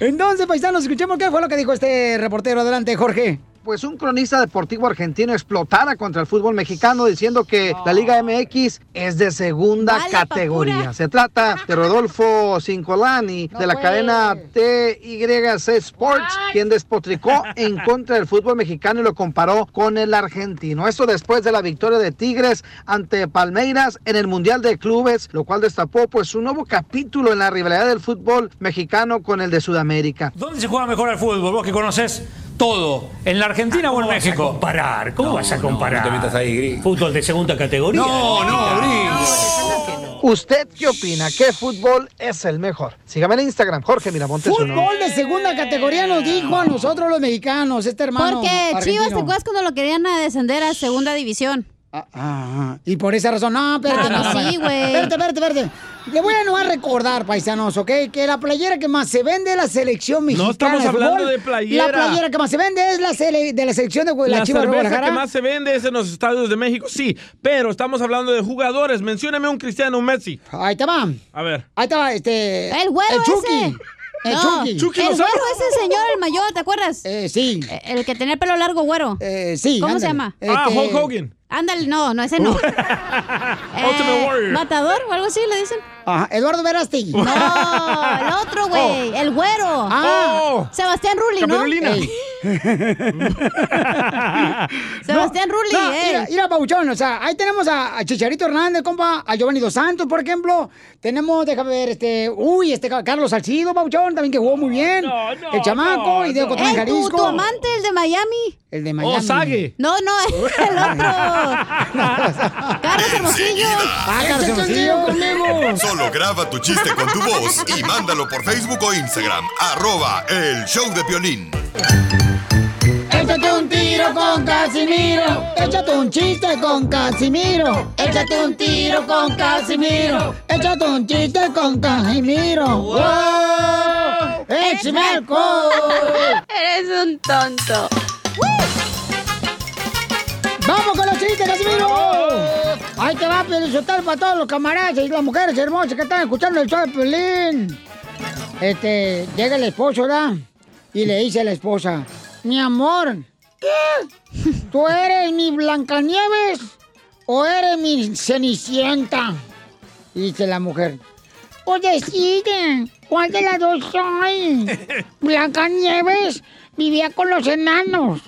Entonces, paisanos, escuchemos qué fue lo que dijo este reportero. Adelante, Jorge. pues un cronista deportivo argentino explotara contra el fútbol mexicano diciendo que la Oh. Liga MX es de segunda categoría. Se trata de Rodolfo Cincolani de la cadena TYC Sports, quien despotricó en contra del fútbol mexicano y lo comparó con el argentino. Esto después de la victoria de Tigres ante Palmeiras en el Mundial de Clubes, lo cual destapó pues un nuevo capítulo en la rivalidad del fútbol mexicano con el de Sudamérica. ¿Dónde se juega mejor al fútbol? Vos que conoces todo. ¿En la Argentina o en México. Comparar. ¿Cómo vas a comparar? No, te metas ahí, Fútbol de segunda categoría. No, no, ¿Usted qué opina? ¿Qué fútbol es el mejor? Sígame en Instagram, Jorge Miramontes. uno. Fútbol de segunda categoría nos dijo a nosotros los mexicanos, este hermano. Porque Chivas, ¿te argentino. acuerdas cuando lo querían a descender a segunda división? Ah, y por esa razón, no, espérate, Ah, no, pues no, sí, no. güey. Espérate, espérate, espérate. Le voy a, no a recordar, paisanos, ¿ok? Que la playera que más se vende es la selección mexicana. estamos hablando fútbol. de playera. La playera que más se vende es la sele- de la selección de la, la Chivas de cerveza Guadalajara. que más se vende es en los estadios de México, sí. Pero estamos hablando de jugadores. Mencióname un Cristiano, un Messi. Ahí te va. A ver. Ahí estaba este. El güero El Chucky. ese. El No, Chucky. Chucky el Lozano. güero ese señor, el mayor, ¿te acuerdas? sí. Eh, El que tenía el pelo largo, güero. sí, ¿Cómo se ándale. llama? Ah, Este- Hulk Hogan. Ándale, no, no, ese no. Eh, Ultimate Warrior. ¿Matador o algo así le dicen? Ajá, Eduardo Verástegui. No, el otro, güey, el güero. Oh. Ah. Sebastián Rulli, ¿no? Caperulina. Ey. Sebastián Rulli, no, eh. Mira, mira, Pabuchón, o sea, ahí tenemos a, a Chicharito Hernández, compa, a Giovanni Dos Santos, por ejemplo. Tenemos, déjame ver, este, uy, este Carlos Salcido, Pabuchón, también que jugó muy bien. el chamaco, Oh, y Diego Cotlán, Ey, tu- Jalisco. Tu, amante, el de Miami. El de Miami. Sague. No, no, el otro. Carlos Hermosillo. Carlos Hermosillo. Solo graba tu chiste con tu voz y mándalo por Facebook o Instagram. Arroba el show de Piolín. Échate un tiro con Casimiro. Échate un chiste con Casimiro. Échate un tiro con Casimiro. Échate un chiste con Casimiro. ¡Wow! ¡Échame alcohol! Eres un tonto. ¡Vamos con los chistes, Casimiro! Ahí te va a para todos los camaradas y las mujeres hermosas que están escuchando el show de Piolín. Este, llega el esposo, ¿verdad? Y le dice a la esposa, mi amor, ¿qué? ¿Tú eres mi Blancanieves o eres mi Cenicienta? Y dice la mujer, pues decide, ¿cuál de las dos soy? Blancanieves vivía con los enanos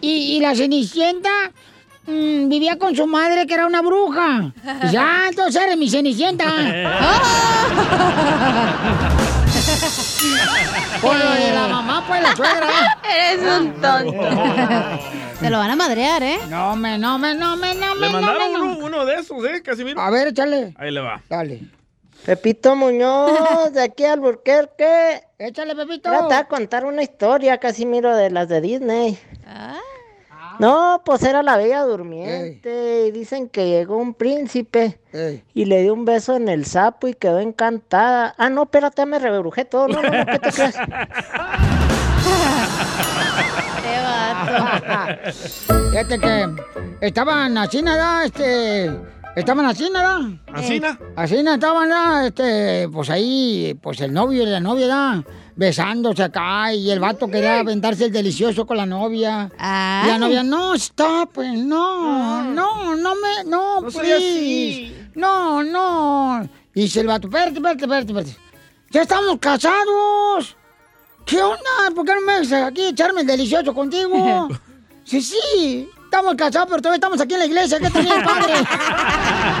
y, y la Cenicienta mm, vivía con su madre que era una bruja. Ya, entonces eres mi Cenicienta. Por lo de la mamá, pues la suegra. Eres un tonto. Se lo van a madrear, ¿eh? No, me, no, me, no, me, no, Le mandaron uno, uno de esos, ¿eh, Casimiro? Ah, A ver, échale. Ahí le va. Dale. Pepito Muñoz, de aquí al Burquerque. Échale, Pepito. Trata de contar una historia, Casimiro, de las de Disney. Ah. No, pues era la Bella Durmiente. Y dicen que llegó un príncipe y le dio un beso en el sapo y quedó encantada. Ah, no, espérate, me rebrujé todo. No, no, no, ¿qué te crees? Fíjate que estaban así nada, este. Estaban así nada. ¿Asina? Así nada, estaban nada, este. Pues ahí, pues el novio y la novia nada, besándose acá y el vato quería vendarse el delicioso con la novia. Y la novia, no, está, pues no, no, no me, no, No soy please. así. No, no. Y dice el vato, espérate, espérate, espérate, espérate. Ya estamos casados. ¿Qué onda? ¿Por qué no me dejas aquí echarme el delicioso contigo? Sí, sí. Estamos casados, pero todavía estamos aquí en la iglesia. ¿Qué tenía el padre?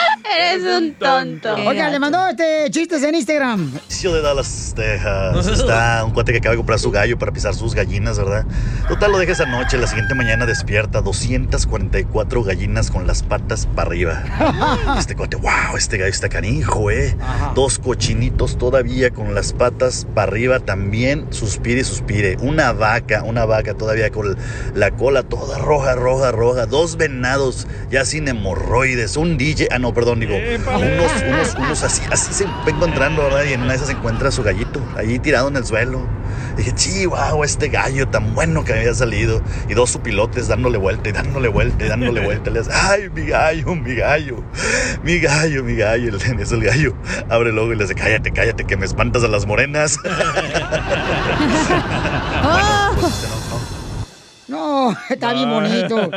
Eres un tonto. Oiga, le mandó este chistes en Instagram. Yo le da las tejas. Está un cuate que acaba de comprar su gallo para pisar sus gallinas, ¿verdad? Total, lo deja esa noche. La siguiente mañana despierta 244 gallinas con las patas para arriba. Ah. Este cuate, wow, este gallo está canijo, ¿eh? Dos cochinitos todavía con las patas para arriba también. Suspire y suspire. Una vaca, una vaca todavía con la cola toda roja, roja, roja. Dos venados ya sin hemorroides. Un DJ, ah, no, perdón, digo. Unos, unos, unos así, así se va encontrando, ¿verdad? Y en una de esas encuentra su gallito, ahí tirado en el suelo. Dije, sí, wow, este gallo tan bueno que había salido. Y dos supilotes dándole vuelta y dándole vuelta y dándole vuelta. Le hace, ay, mi gallo, mi gallo, mi gallo, mi gallo. Y En eso el gallo abre el ojo y le dice, cállate, cállate, que me espantas a las morenas. No, Ah, está bien bonito.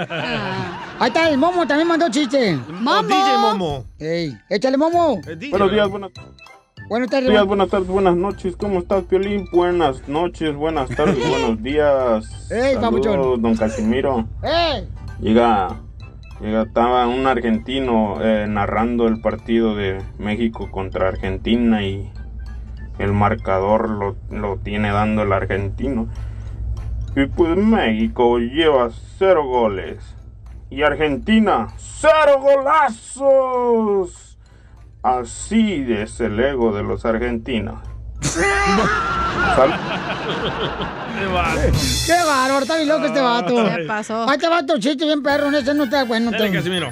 Ahí está el Momo, también mandó chiste. ¡Momo! DJ Momo. Ey, échale, Momo. Buenos días, buenas Buenas tardes. días, Momo. buenas tardes, buenas noches. ¿Cómo estás, Piolín? Buenas noches, buenas tardes, buenos días. Ey, Saludos, papuchón. don Casimiro. ¡Ey! Llega, llega, estaba un argentino eh, narrando el partido de México contra Argentina y el marcador lo, lo tiene dando el argentino. Y pues México lleva cero goles. Y Argentina, cero golazos. Así es el ego de los argentinos. Sal- ¡Qué bárbaro! Está bien loco este vato. ¿Qué pasó? Ahí te va otro chiste bien perro. Este no está bueno. Dale, está- Casimiro.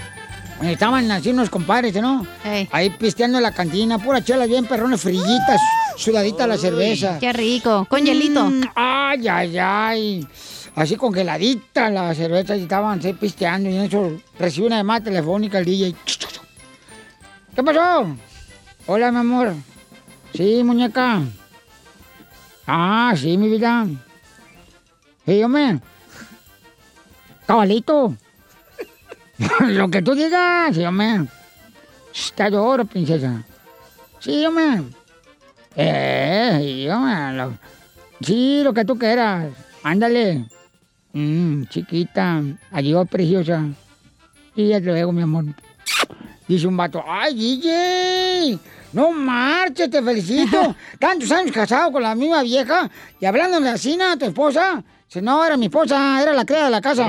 Estaban así unos compadres, ¿no? Ahí pisteando en la cantina, pura chela bien perrones, frillitas, sudadita la cerveza. Qué rico, con hielito. Mm, ay, ay, ay. Así congeladita la cerveza y estaban así pisteando y en eso recibe una llamada telefónica el DJ. ¿Qué pasó? Hola, mi amor. Sí, muñeca. Ah, sí, mi vida. Sí, hombre. Cabalito. Lo que tú digas, sí, hombre. Está de oro, princesa. Sí, hombre. Eh, sí, hombre. lo- sí, lo que tú quieras. Ándale. Mm, chiquita. Adiós, preciosa. Y ya te lo mi amor. Dice un vato, ¡ay, DJ! No marches, te felicito. Tantos años casado con la misma vieja y hablando en la cena, tu esposa. Dice, no, era mi esposa, era la crea de la casa.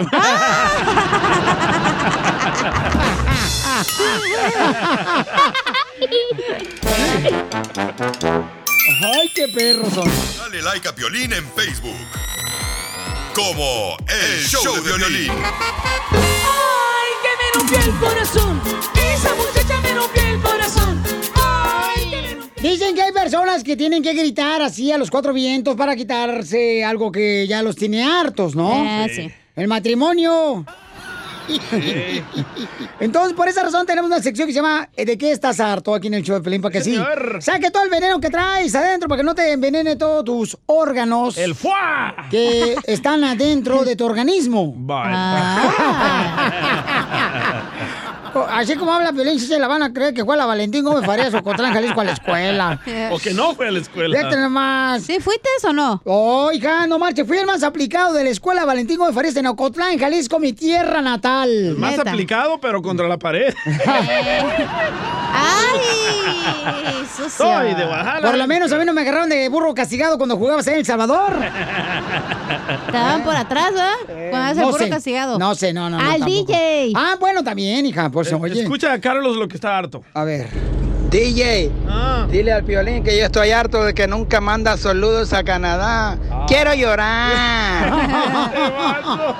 ¡Ay, qué perros son! Dale like a Piolín en Facebook. Como el, show, de violín. Ay, que me rompió el corazón. Esa muchacha me rompió el corazón. Ay, que me Dicen que hay personas que tienen que gritar así a los cuatro vientos para quitarse algo que ya los tiene hartos, ¿no? Eh, sí. El matrimonio. Entonces, por esa razón tenemos una sección que se llama eh, ¿De qué estás harto? aquí en el show de Pelín, para que sí. Saque todo el veneno que traes adentro para que no te envenene todos tus órganos. ¡El fuá! Que están adentro de tu organismo. Ah. Co- Así como habla Pelín, sí se la van a creer que fue la Valentín Gómez Farías o Cotlán Jalisco a la escuela. O que no fue a la escuela. Fíjate nomás. ¿Sí fuiste o no? Oh, hija, no marche. Fui el más aplicado de la escuela Valentín Gómez Farías en Ocotlán, Jalisco, mi tierra natal. Más aplicado, pero contra la pared. ¡Ay! sucio. Soy de Oaxaca. Por lo menos a mí no me agarraron de burro castigado cuando jugabas en El Salvador. Te daban por atrás, ¿verdad? Cuando haces el burro sé. castigado. No sé, no, no. no, Al tampoco. DJ. Ah, bueno, también, hija, por si oye. Eh, Escucha a Carlos lo que está harto. A ver. DJ, Ah. dile al violín que yo estoy harto de que nunca manda saludos a Canadá. Ah. Quiero llorar.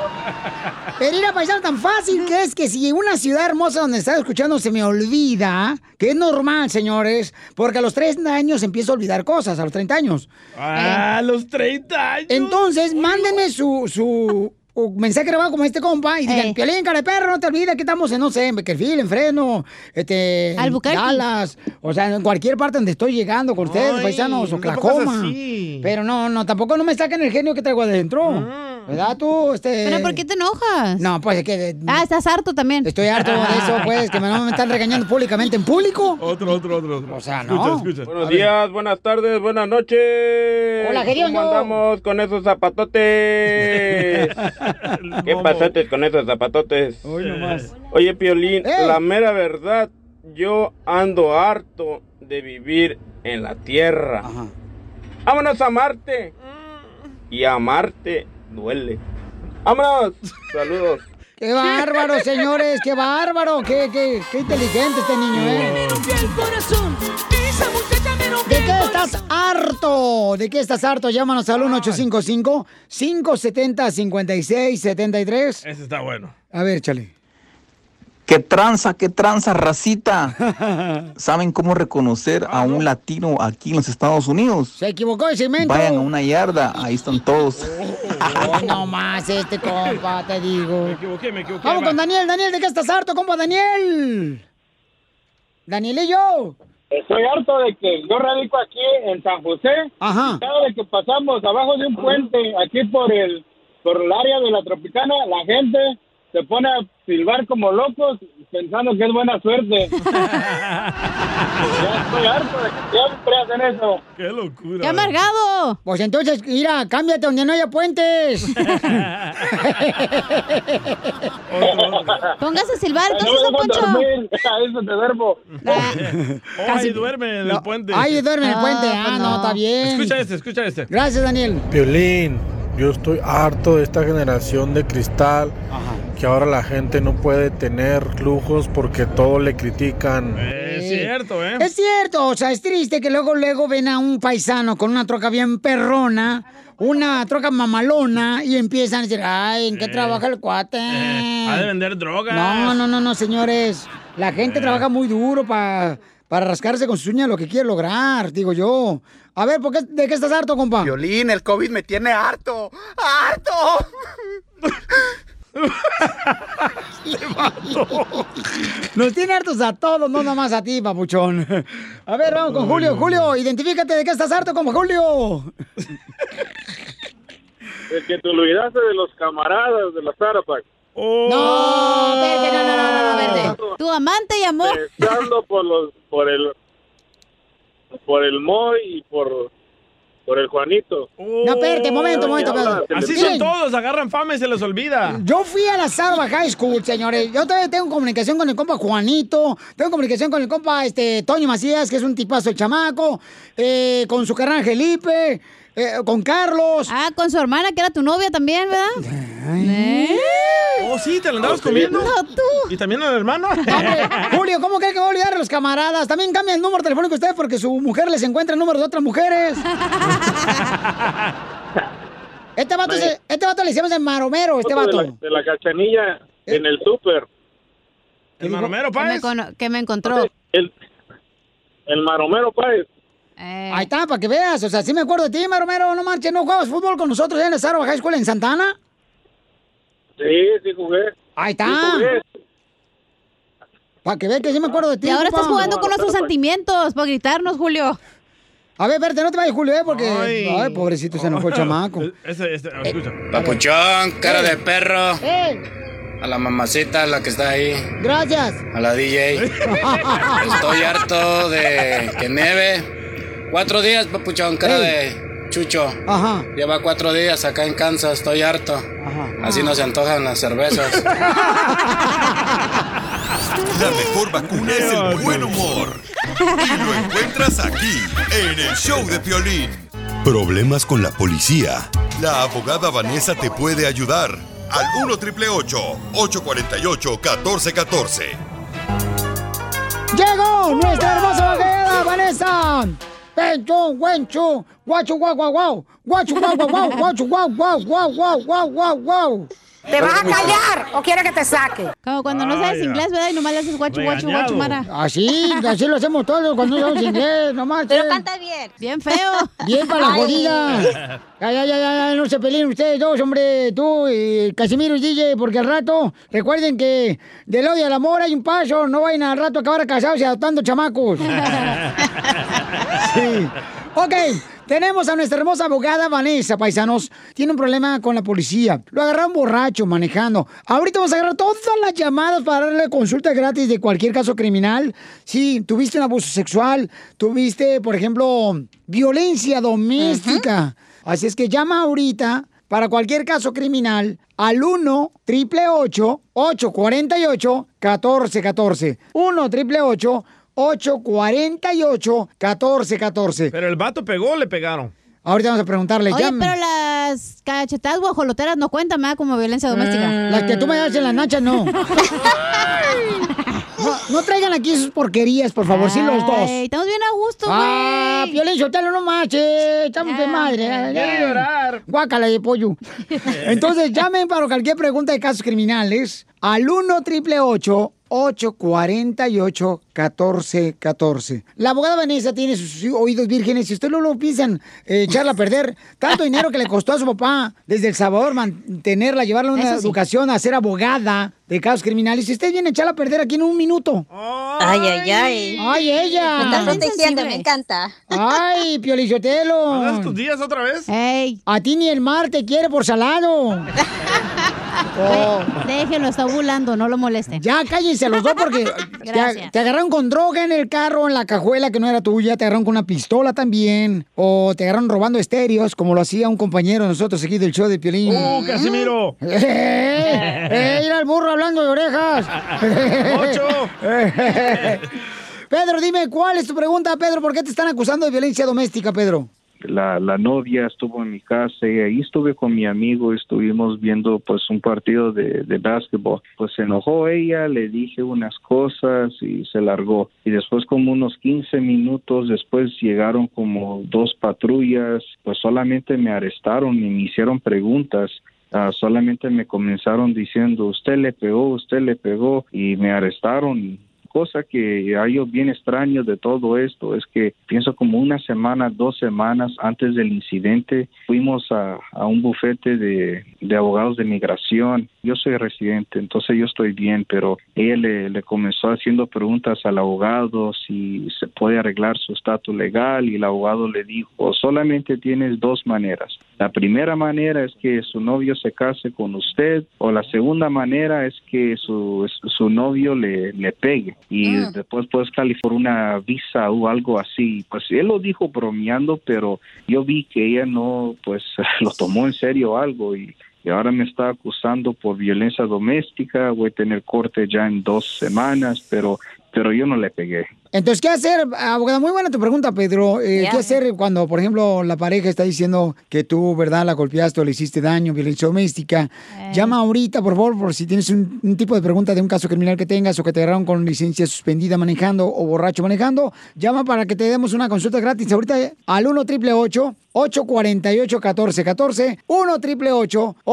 Pero ir a paisano tan fácil que es que si en una ciudad hermosa donde estaba escuchando se me olvida, que es normal, señores, porque a los 30 años empiezo a olvidar cosas, a los 30 años. Ah, los 30 años. Entonces, mándenme su, su un mensaje grabado como este compa y Eh. digan, Piolín, cara de perro, no te olvides que estamos en, no sé, en Beckerfield, en Fresno, este, en Albuquerque. Dallas, o sea, en cualquier parte donde estoy llegando con ustedes, Ay, paisanos, no o te pongas Clacoma. así. Pero no, no, tampoco no me saquen el genio que traigo adentro. Mm. ¿Verdad tú? Este... ¿Pero por qué te enojas? No, pues es que... Ah, estás harto también. Estoy harto de eso, pues, que me, no me están regañando públicamente en público. Otro, otro, otro, otro. O sea, no. Escucha, escucha. A Buenos ver. días, buenas tardes, buenas noches. Hola, ¿Cómo geriondo. andamos con esos zapatotes? ¿Qué pasaste con esos zapatotes? Oye, Piolín, ¡Ey! la mera verdad, yo ando harto de vivir en la Tierra. Vámonos a Marte. Y a Marte duele. Vámonos. Saludos. Qué bárbaro, señores, qué bárbaro, qué, qué, qué inteligente este niño, ¿eh? rompió el corazón. Esa muchacha me rompió ¿De qué estás harto? ¿De qué estás harto? Llámanos al 1-855-570-5673. Ese está bueno. A ver, chale. ¿Qué tranza, qué tranza, racita? ¿Saben cómo reconocer a un latino aquí en los Estados Unidos? Se equivocó el cemento. Vayan a una yarda, ahí están todos. Oh. Ay, no más este compa, te digo. Me equivoqué, me equivoqué. Vamos con Daniel, Daniel, ¿de qué estás harto, compa Daniel? Danielillo. Estoy harto de que yo radico aquí en San José. Ajá. y Cada vez que pasamos abajo de un puente aquí por el por el área de la Tropicana, la gente se pone a silbar como locos pensando que es buena suerte. ya estoy harto de que siempre hacen eso. Qué locura. ¡Qué amargado! Pues entonces, mira, cámbiate donde no haya puentes. Póngase a silbar, entonces, don no me dejan Poncho. dormir, a eso te duermo. Oh, Casi- ahí duerme en el puente. Ahí duerme en el puente. Ah, no, está bien. Escucha este, escucha este. Gracias, Daniel. Violín, yo estoy harto de esta generación de cristal que ahora la gente no puede tener lujos porque todo le critican. Es cierto, ¿eh? Es cierto, o sea, es triste que luego, luego ven a un paisano con una troca bien perrona, una troca mamalona, y empiezan a decir, ay, ¿en qué Eh. trabaja el cuate? Eh, ha de vender drogas. No, no, no, no, señores. La gente Eh. trabaja muy duro pa- para rascarse con sus uñas lo que quiere lograr, digo yo. A ver, ¿por qué, ¿de qué estás harto, compa? Violín, el COVID me tiene harto. ¡Harto! Nos tiene hartos a todos, no nomás a ti, papuchón. A ver, vamos con Julio. Julio, identifícate de qué estás harto como Julio. El que te olvidaste de los camaradas de la Zarapac. Oh. No, verde, no, no, no, no, no, verde. Tu amante y amor. Pensando por los, por el, por el Moy y por, por el Juanito. Oh. No, espérate, momento, momento, espérate. Así Miren. son todos, agarran fama y se les olvida. Yo fui a la Salva High School, señores. Yo todavía tengo comunicación con el compa Juanito. Tengo comunicación con el compa este, Toño Macías, que es un tipazo el chamaco. eh, con su carnal Felipe. eh, con Carlos. Ah, con su hermana, que era tu novia también, ¿verdad? ¿Eh? Oh, sí, te la andabas comiendo. No, Y también a la hermana. Julio, ¿cómo cree que va a olvidar a los camaradas? También cambia el número telefónico ustedes porque su mujer les encuentra el número de otras mujeres. este, vato se- este vato le hicimos el maromero, este Foto de la, vato. de la cachanilla en el súper. ¿El maromero pues". Que me, cono- que me encontró. El, el maromero pues. Páez. eh. Ahí está, para que veas. O sea, sí me acuerdo de ti, maromero. No marches, ¿no jugabas fútbol con nosotros en la Sarva High School en Santana? Sí, sí jugué. Ahí está. Para que veas que sí me acuerdo de ti. Y ahora compa. estás jugando con nuestros sentimientos para gritarnos, Julio. A ver, verte, no te vayas, Julio, eh, porque... Ay. Ay, pobrecito, se enojó el chamaco. Ese, este, escucha. Papuchón, cara de perro. ¡Eh! A la mamacita, la que está ahí. Gracias. A la DJ. Estoy harto de que nieve. Cuatro días, papuchón, cara de chucho. Ajá. Lleva cuatro días acá en Kansas, estoy harto. Así no se antojan las cervezas. La mejor vacuna es el buen humor. Y lo encuentras aquí, en el show de Piolín. Problemas con la policía. La abogada Vanessa te puede ayudar. Al 1 triple 848 1414. Llegó nuestra hermosa vaquera, Vanessa. Pencho, guencho, guacho, guau, guau, guau. Guacho, guau, guau, guau, guacho, guau, guau, guau, guau, guau, guau, guau. ¿Te vas a callar o quiere que te saque? Como cuando no sabes inglés, ¿verdad? Y nomás le haces guachu, guachu, guachu, mara. Así, Ah, así lo hacemos todos cuando no sabemos inglés, nomás. Pero canta bien. Bien feo. Bien para la Ay. jodida. Ay, ay, ay, ay, ay, no se peleen ustedes dos, hombre. Tú, y Casimiro y DJ, porque al rato, recuerden que del odio al amor hay un paso. No vayan al rato a acabar casados y adoptando chamacos. Sí. Ok, tenemos a nuestra hermosa abogada Vanessa, paisanos. Tiene un problema con la policía. Lo agarraron borracho manejando. Ahorita vamos a agarrar todas las llamadas para darle consulta gratis de cualquier caso criminal. Si tuviste un abuso sexual, tuviste, por ejemplo, violencia doméstica. Así es que llama ahorita para cualquier caso criminal al 1 888 848 1414 1 888 848-1414. Pero el vato pegó, le pegaron. Ahorita vamos a preguntarle. Oye, llame. pero las cachetadas guajoloteras no cuentan, ¿verdad? Como violencia doméstica. Mm. Las que tú me das en las nachas, no. No, no traigan aquí sus porquerías, por favor, sí los dos. Ay, estamos bien a gusto, güey. Ah, violencia, te no manches. eh, Estamos Ah, de madre. ay, quiero ay. llorar. Guácala de pollo. Entonces, llamen para cualquier pregunta de casos criminales al 1 888 848 1414 La abogada Vanessa tiene sus oídos vírgenes. Si ustedes no lo piensan eh, echarla a perder, tanto dinero que le costó a su papá desde El Salvador mantenerla, llevarla a una Eso sí. educación, a ser abogada de casos criminales. Si ustedes vienen a echarla a perder aquí en un minuto. Ay, ay, ay. Ay, ella. Me estás protegiendo, me encanta. Ay, Piolichotelo. ¿Hablas tus días otra vez? A ti ni el mar te quiere por salado. Oh. Déjenlo, está burlando, no lo molesten. Ya cállense los dos porque te, Gracias. te agarraron con droga en el carro, en la cajuela que no era tuya, te agarraron con una pistola también, o te agarraron robando estéreos, como lo hacía un compañero de nosotros aquí del show de Piolín. ¡Uh, Casimiro! ¡Eh! ¡Eh! ¡Ir al burro hablando de orejas! ¡Ocho! Pedro, dime, ¿cuál es tu pregunta, Pedro? ¿Por qué te están acusando de violencia doméstica, Pedro? la, la novia estuvo en mi casa y ahí estuve con mi amigo, estuvimos viendo pues un partido de, de básquetbol. Pues se enojó ella, le dije unas cosas y se largó. Y después como unos 15 minutos después llegaron como dos patrullas, pues solamente me arrestaron y me hicieron preguntas. Ah, solamente me comenzaron diciendo usted le pegó, usted le pegó y me arrestaron cosa que hallo bien extraño de todo esto es que pienso como una semana, dos semanas antes del incidente fuimos a, a un bufete de, de abogados de migración. Yo soy residente, entonces yo estoy bien, pero ella le, le comenzó haciendo preguntas al abogado si se puede arreglar su estatus legal y el abogado le dijo, solamente tienes dos maneras. La primera manera es que su novio se case con usted o la segunda manera es que su, su novio le, le pegue y Ah. después puedes calificar una visa o algo así. Pues él lo dijo bromeando, pero yo vi que ella no, pues lo tomó en serio algo y, y ahora me está acusando por violencia doméstica. Voy a tener corte ya en dos semanas, pero, pero yo no le pegué. Entonces, ¿qué hacer? Abogada, muy buena tu pregunta, Pedro. Eh, ¿Qué hacer cuando, por ejemplo, la pareja está diciendo que tú, ¿verdad?, la golpeaste o le hiciste daño, violencia doméstica. Eh. Llama ahorita, por favor, por si tienes un, un tipo de pregunta de un caso criminal que tengas o que te agarraron con licencia suspendida manejando o borracho manejando. Llama para que te demos una consulta gratis ahorita eh, al 1 triple 848 1414 1 triple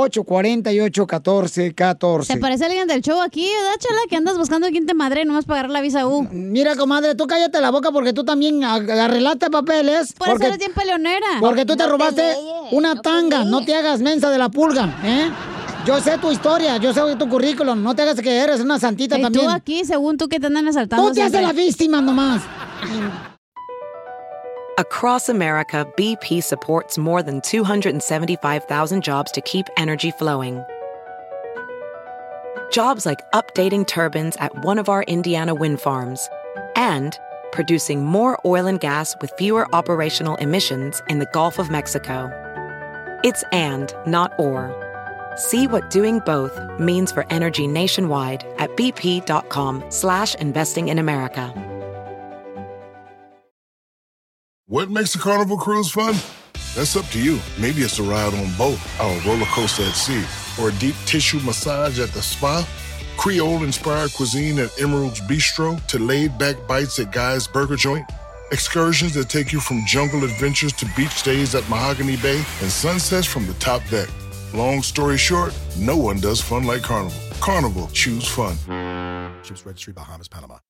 848 1414 ¿Te parece alguien del show aquí, ¿verdad, Chela? Que andas buscando quién te madre nomás para agarrar la visa U. Mira, comadre, tú cállate la boca porque tú también arreglaste papeles. Por eso eres bien peleonera. Porque tú te robaste una tanga, no te hagas mensa de la pulga, ¿eh? Yo sé tu historia, yo sé tu currículum, no te hagas que eres una santita Y también. tú aquí, según tú, que te andan asaltando. Tú te haces la siempre. víctima nomás. Across America, BP supports more than 275,000 jobs to keep energy flowing. Jobs like updating turbines at one of our Indiana wind farms and producing more oil and gas with fewer operational emissions in the Gulf of Mexico. It's and, not or. See what doing both means for energy nationwide at bp.com slash investing in America. What makes the Carnival cruise fun? That's up to you. Maybe it's a ride on boat, a roller coaster at sea, or a deep tissue massage at the spa. Creole inspired cuisine at Emerald's Bistro to laid back bites at Guy's Burger Joint. Excursions that take you from jungle adventures to beach stays at Mahogany Bay and sunsets from the top deck. Long story short, no one does fun like Carnival. Carnival, choose fun. Ships Registry Bahamas, Panama.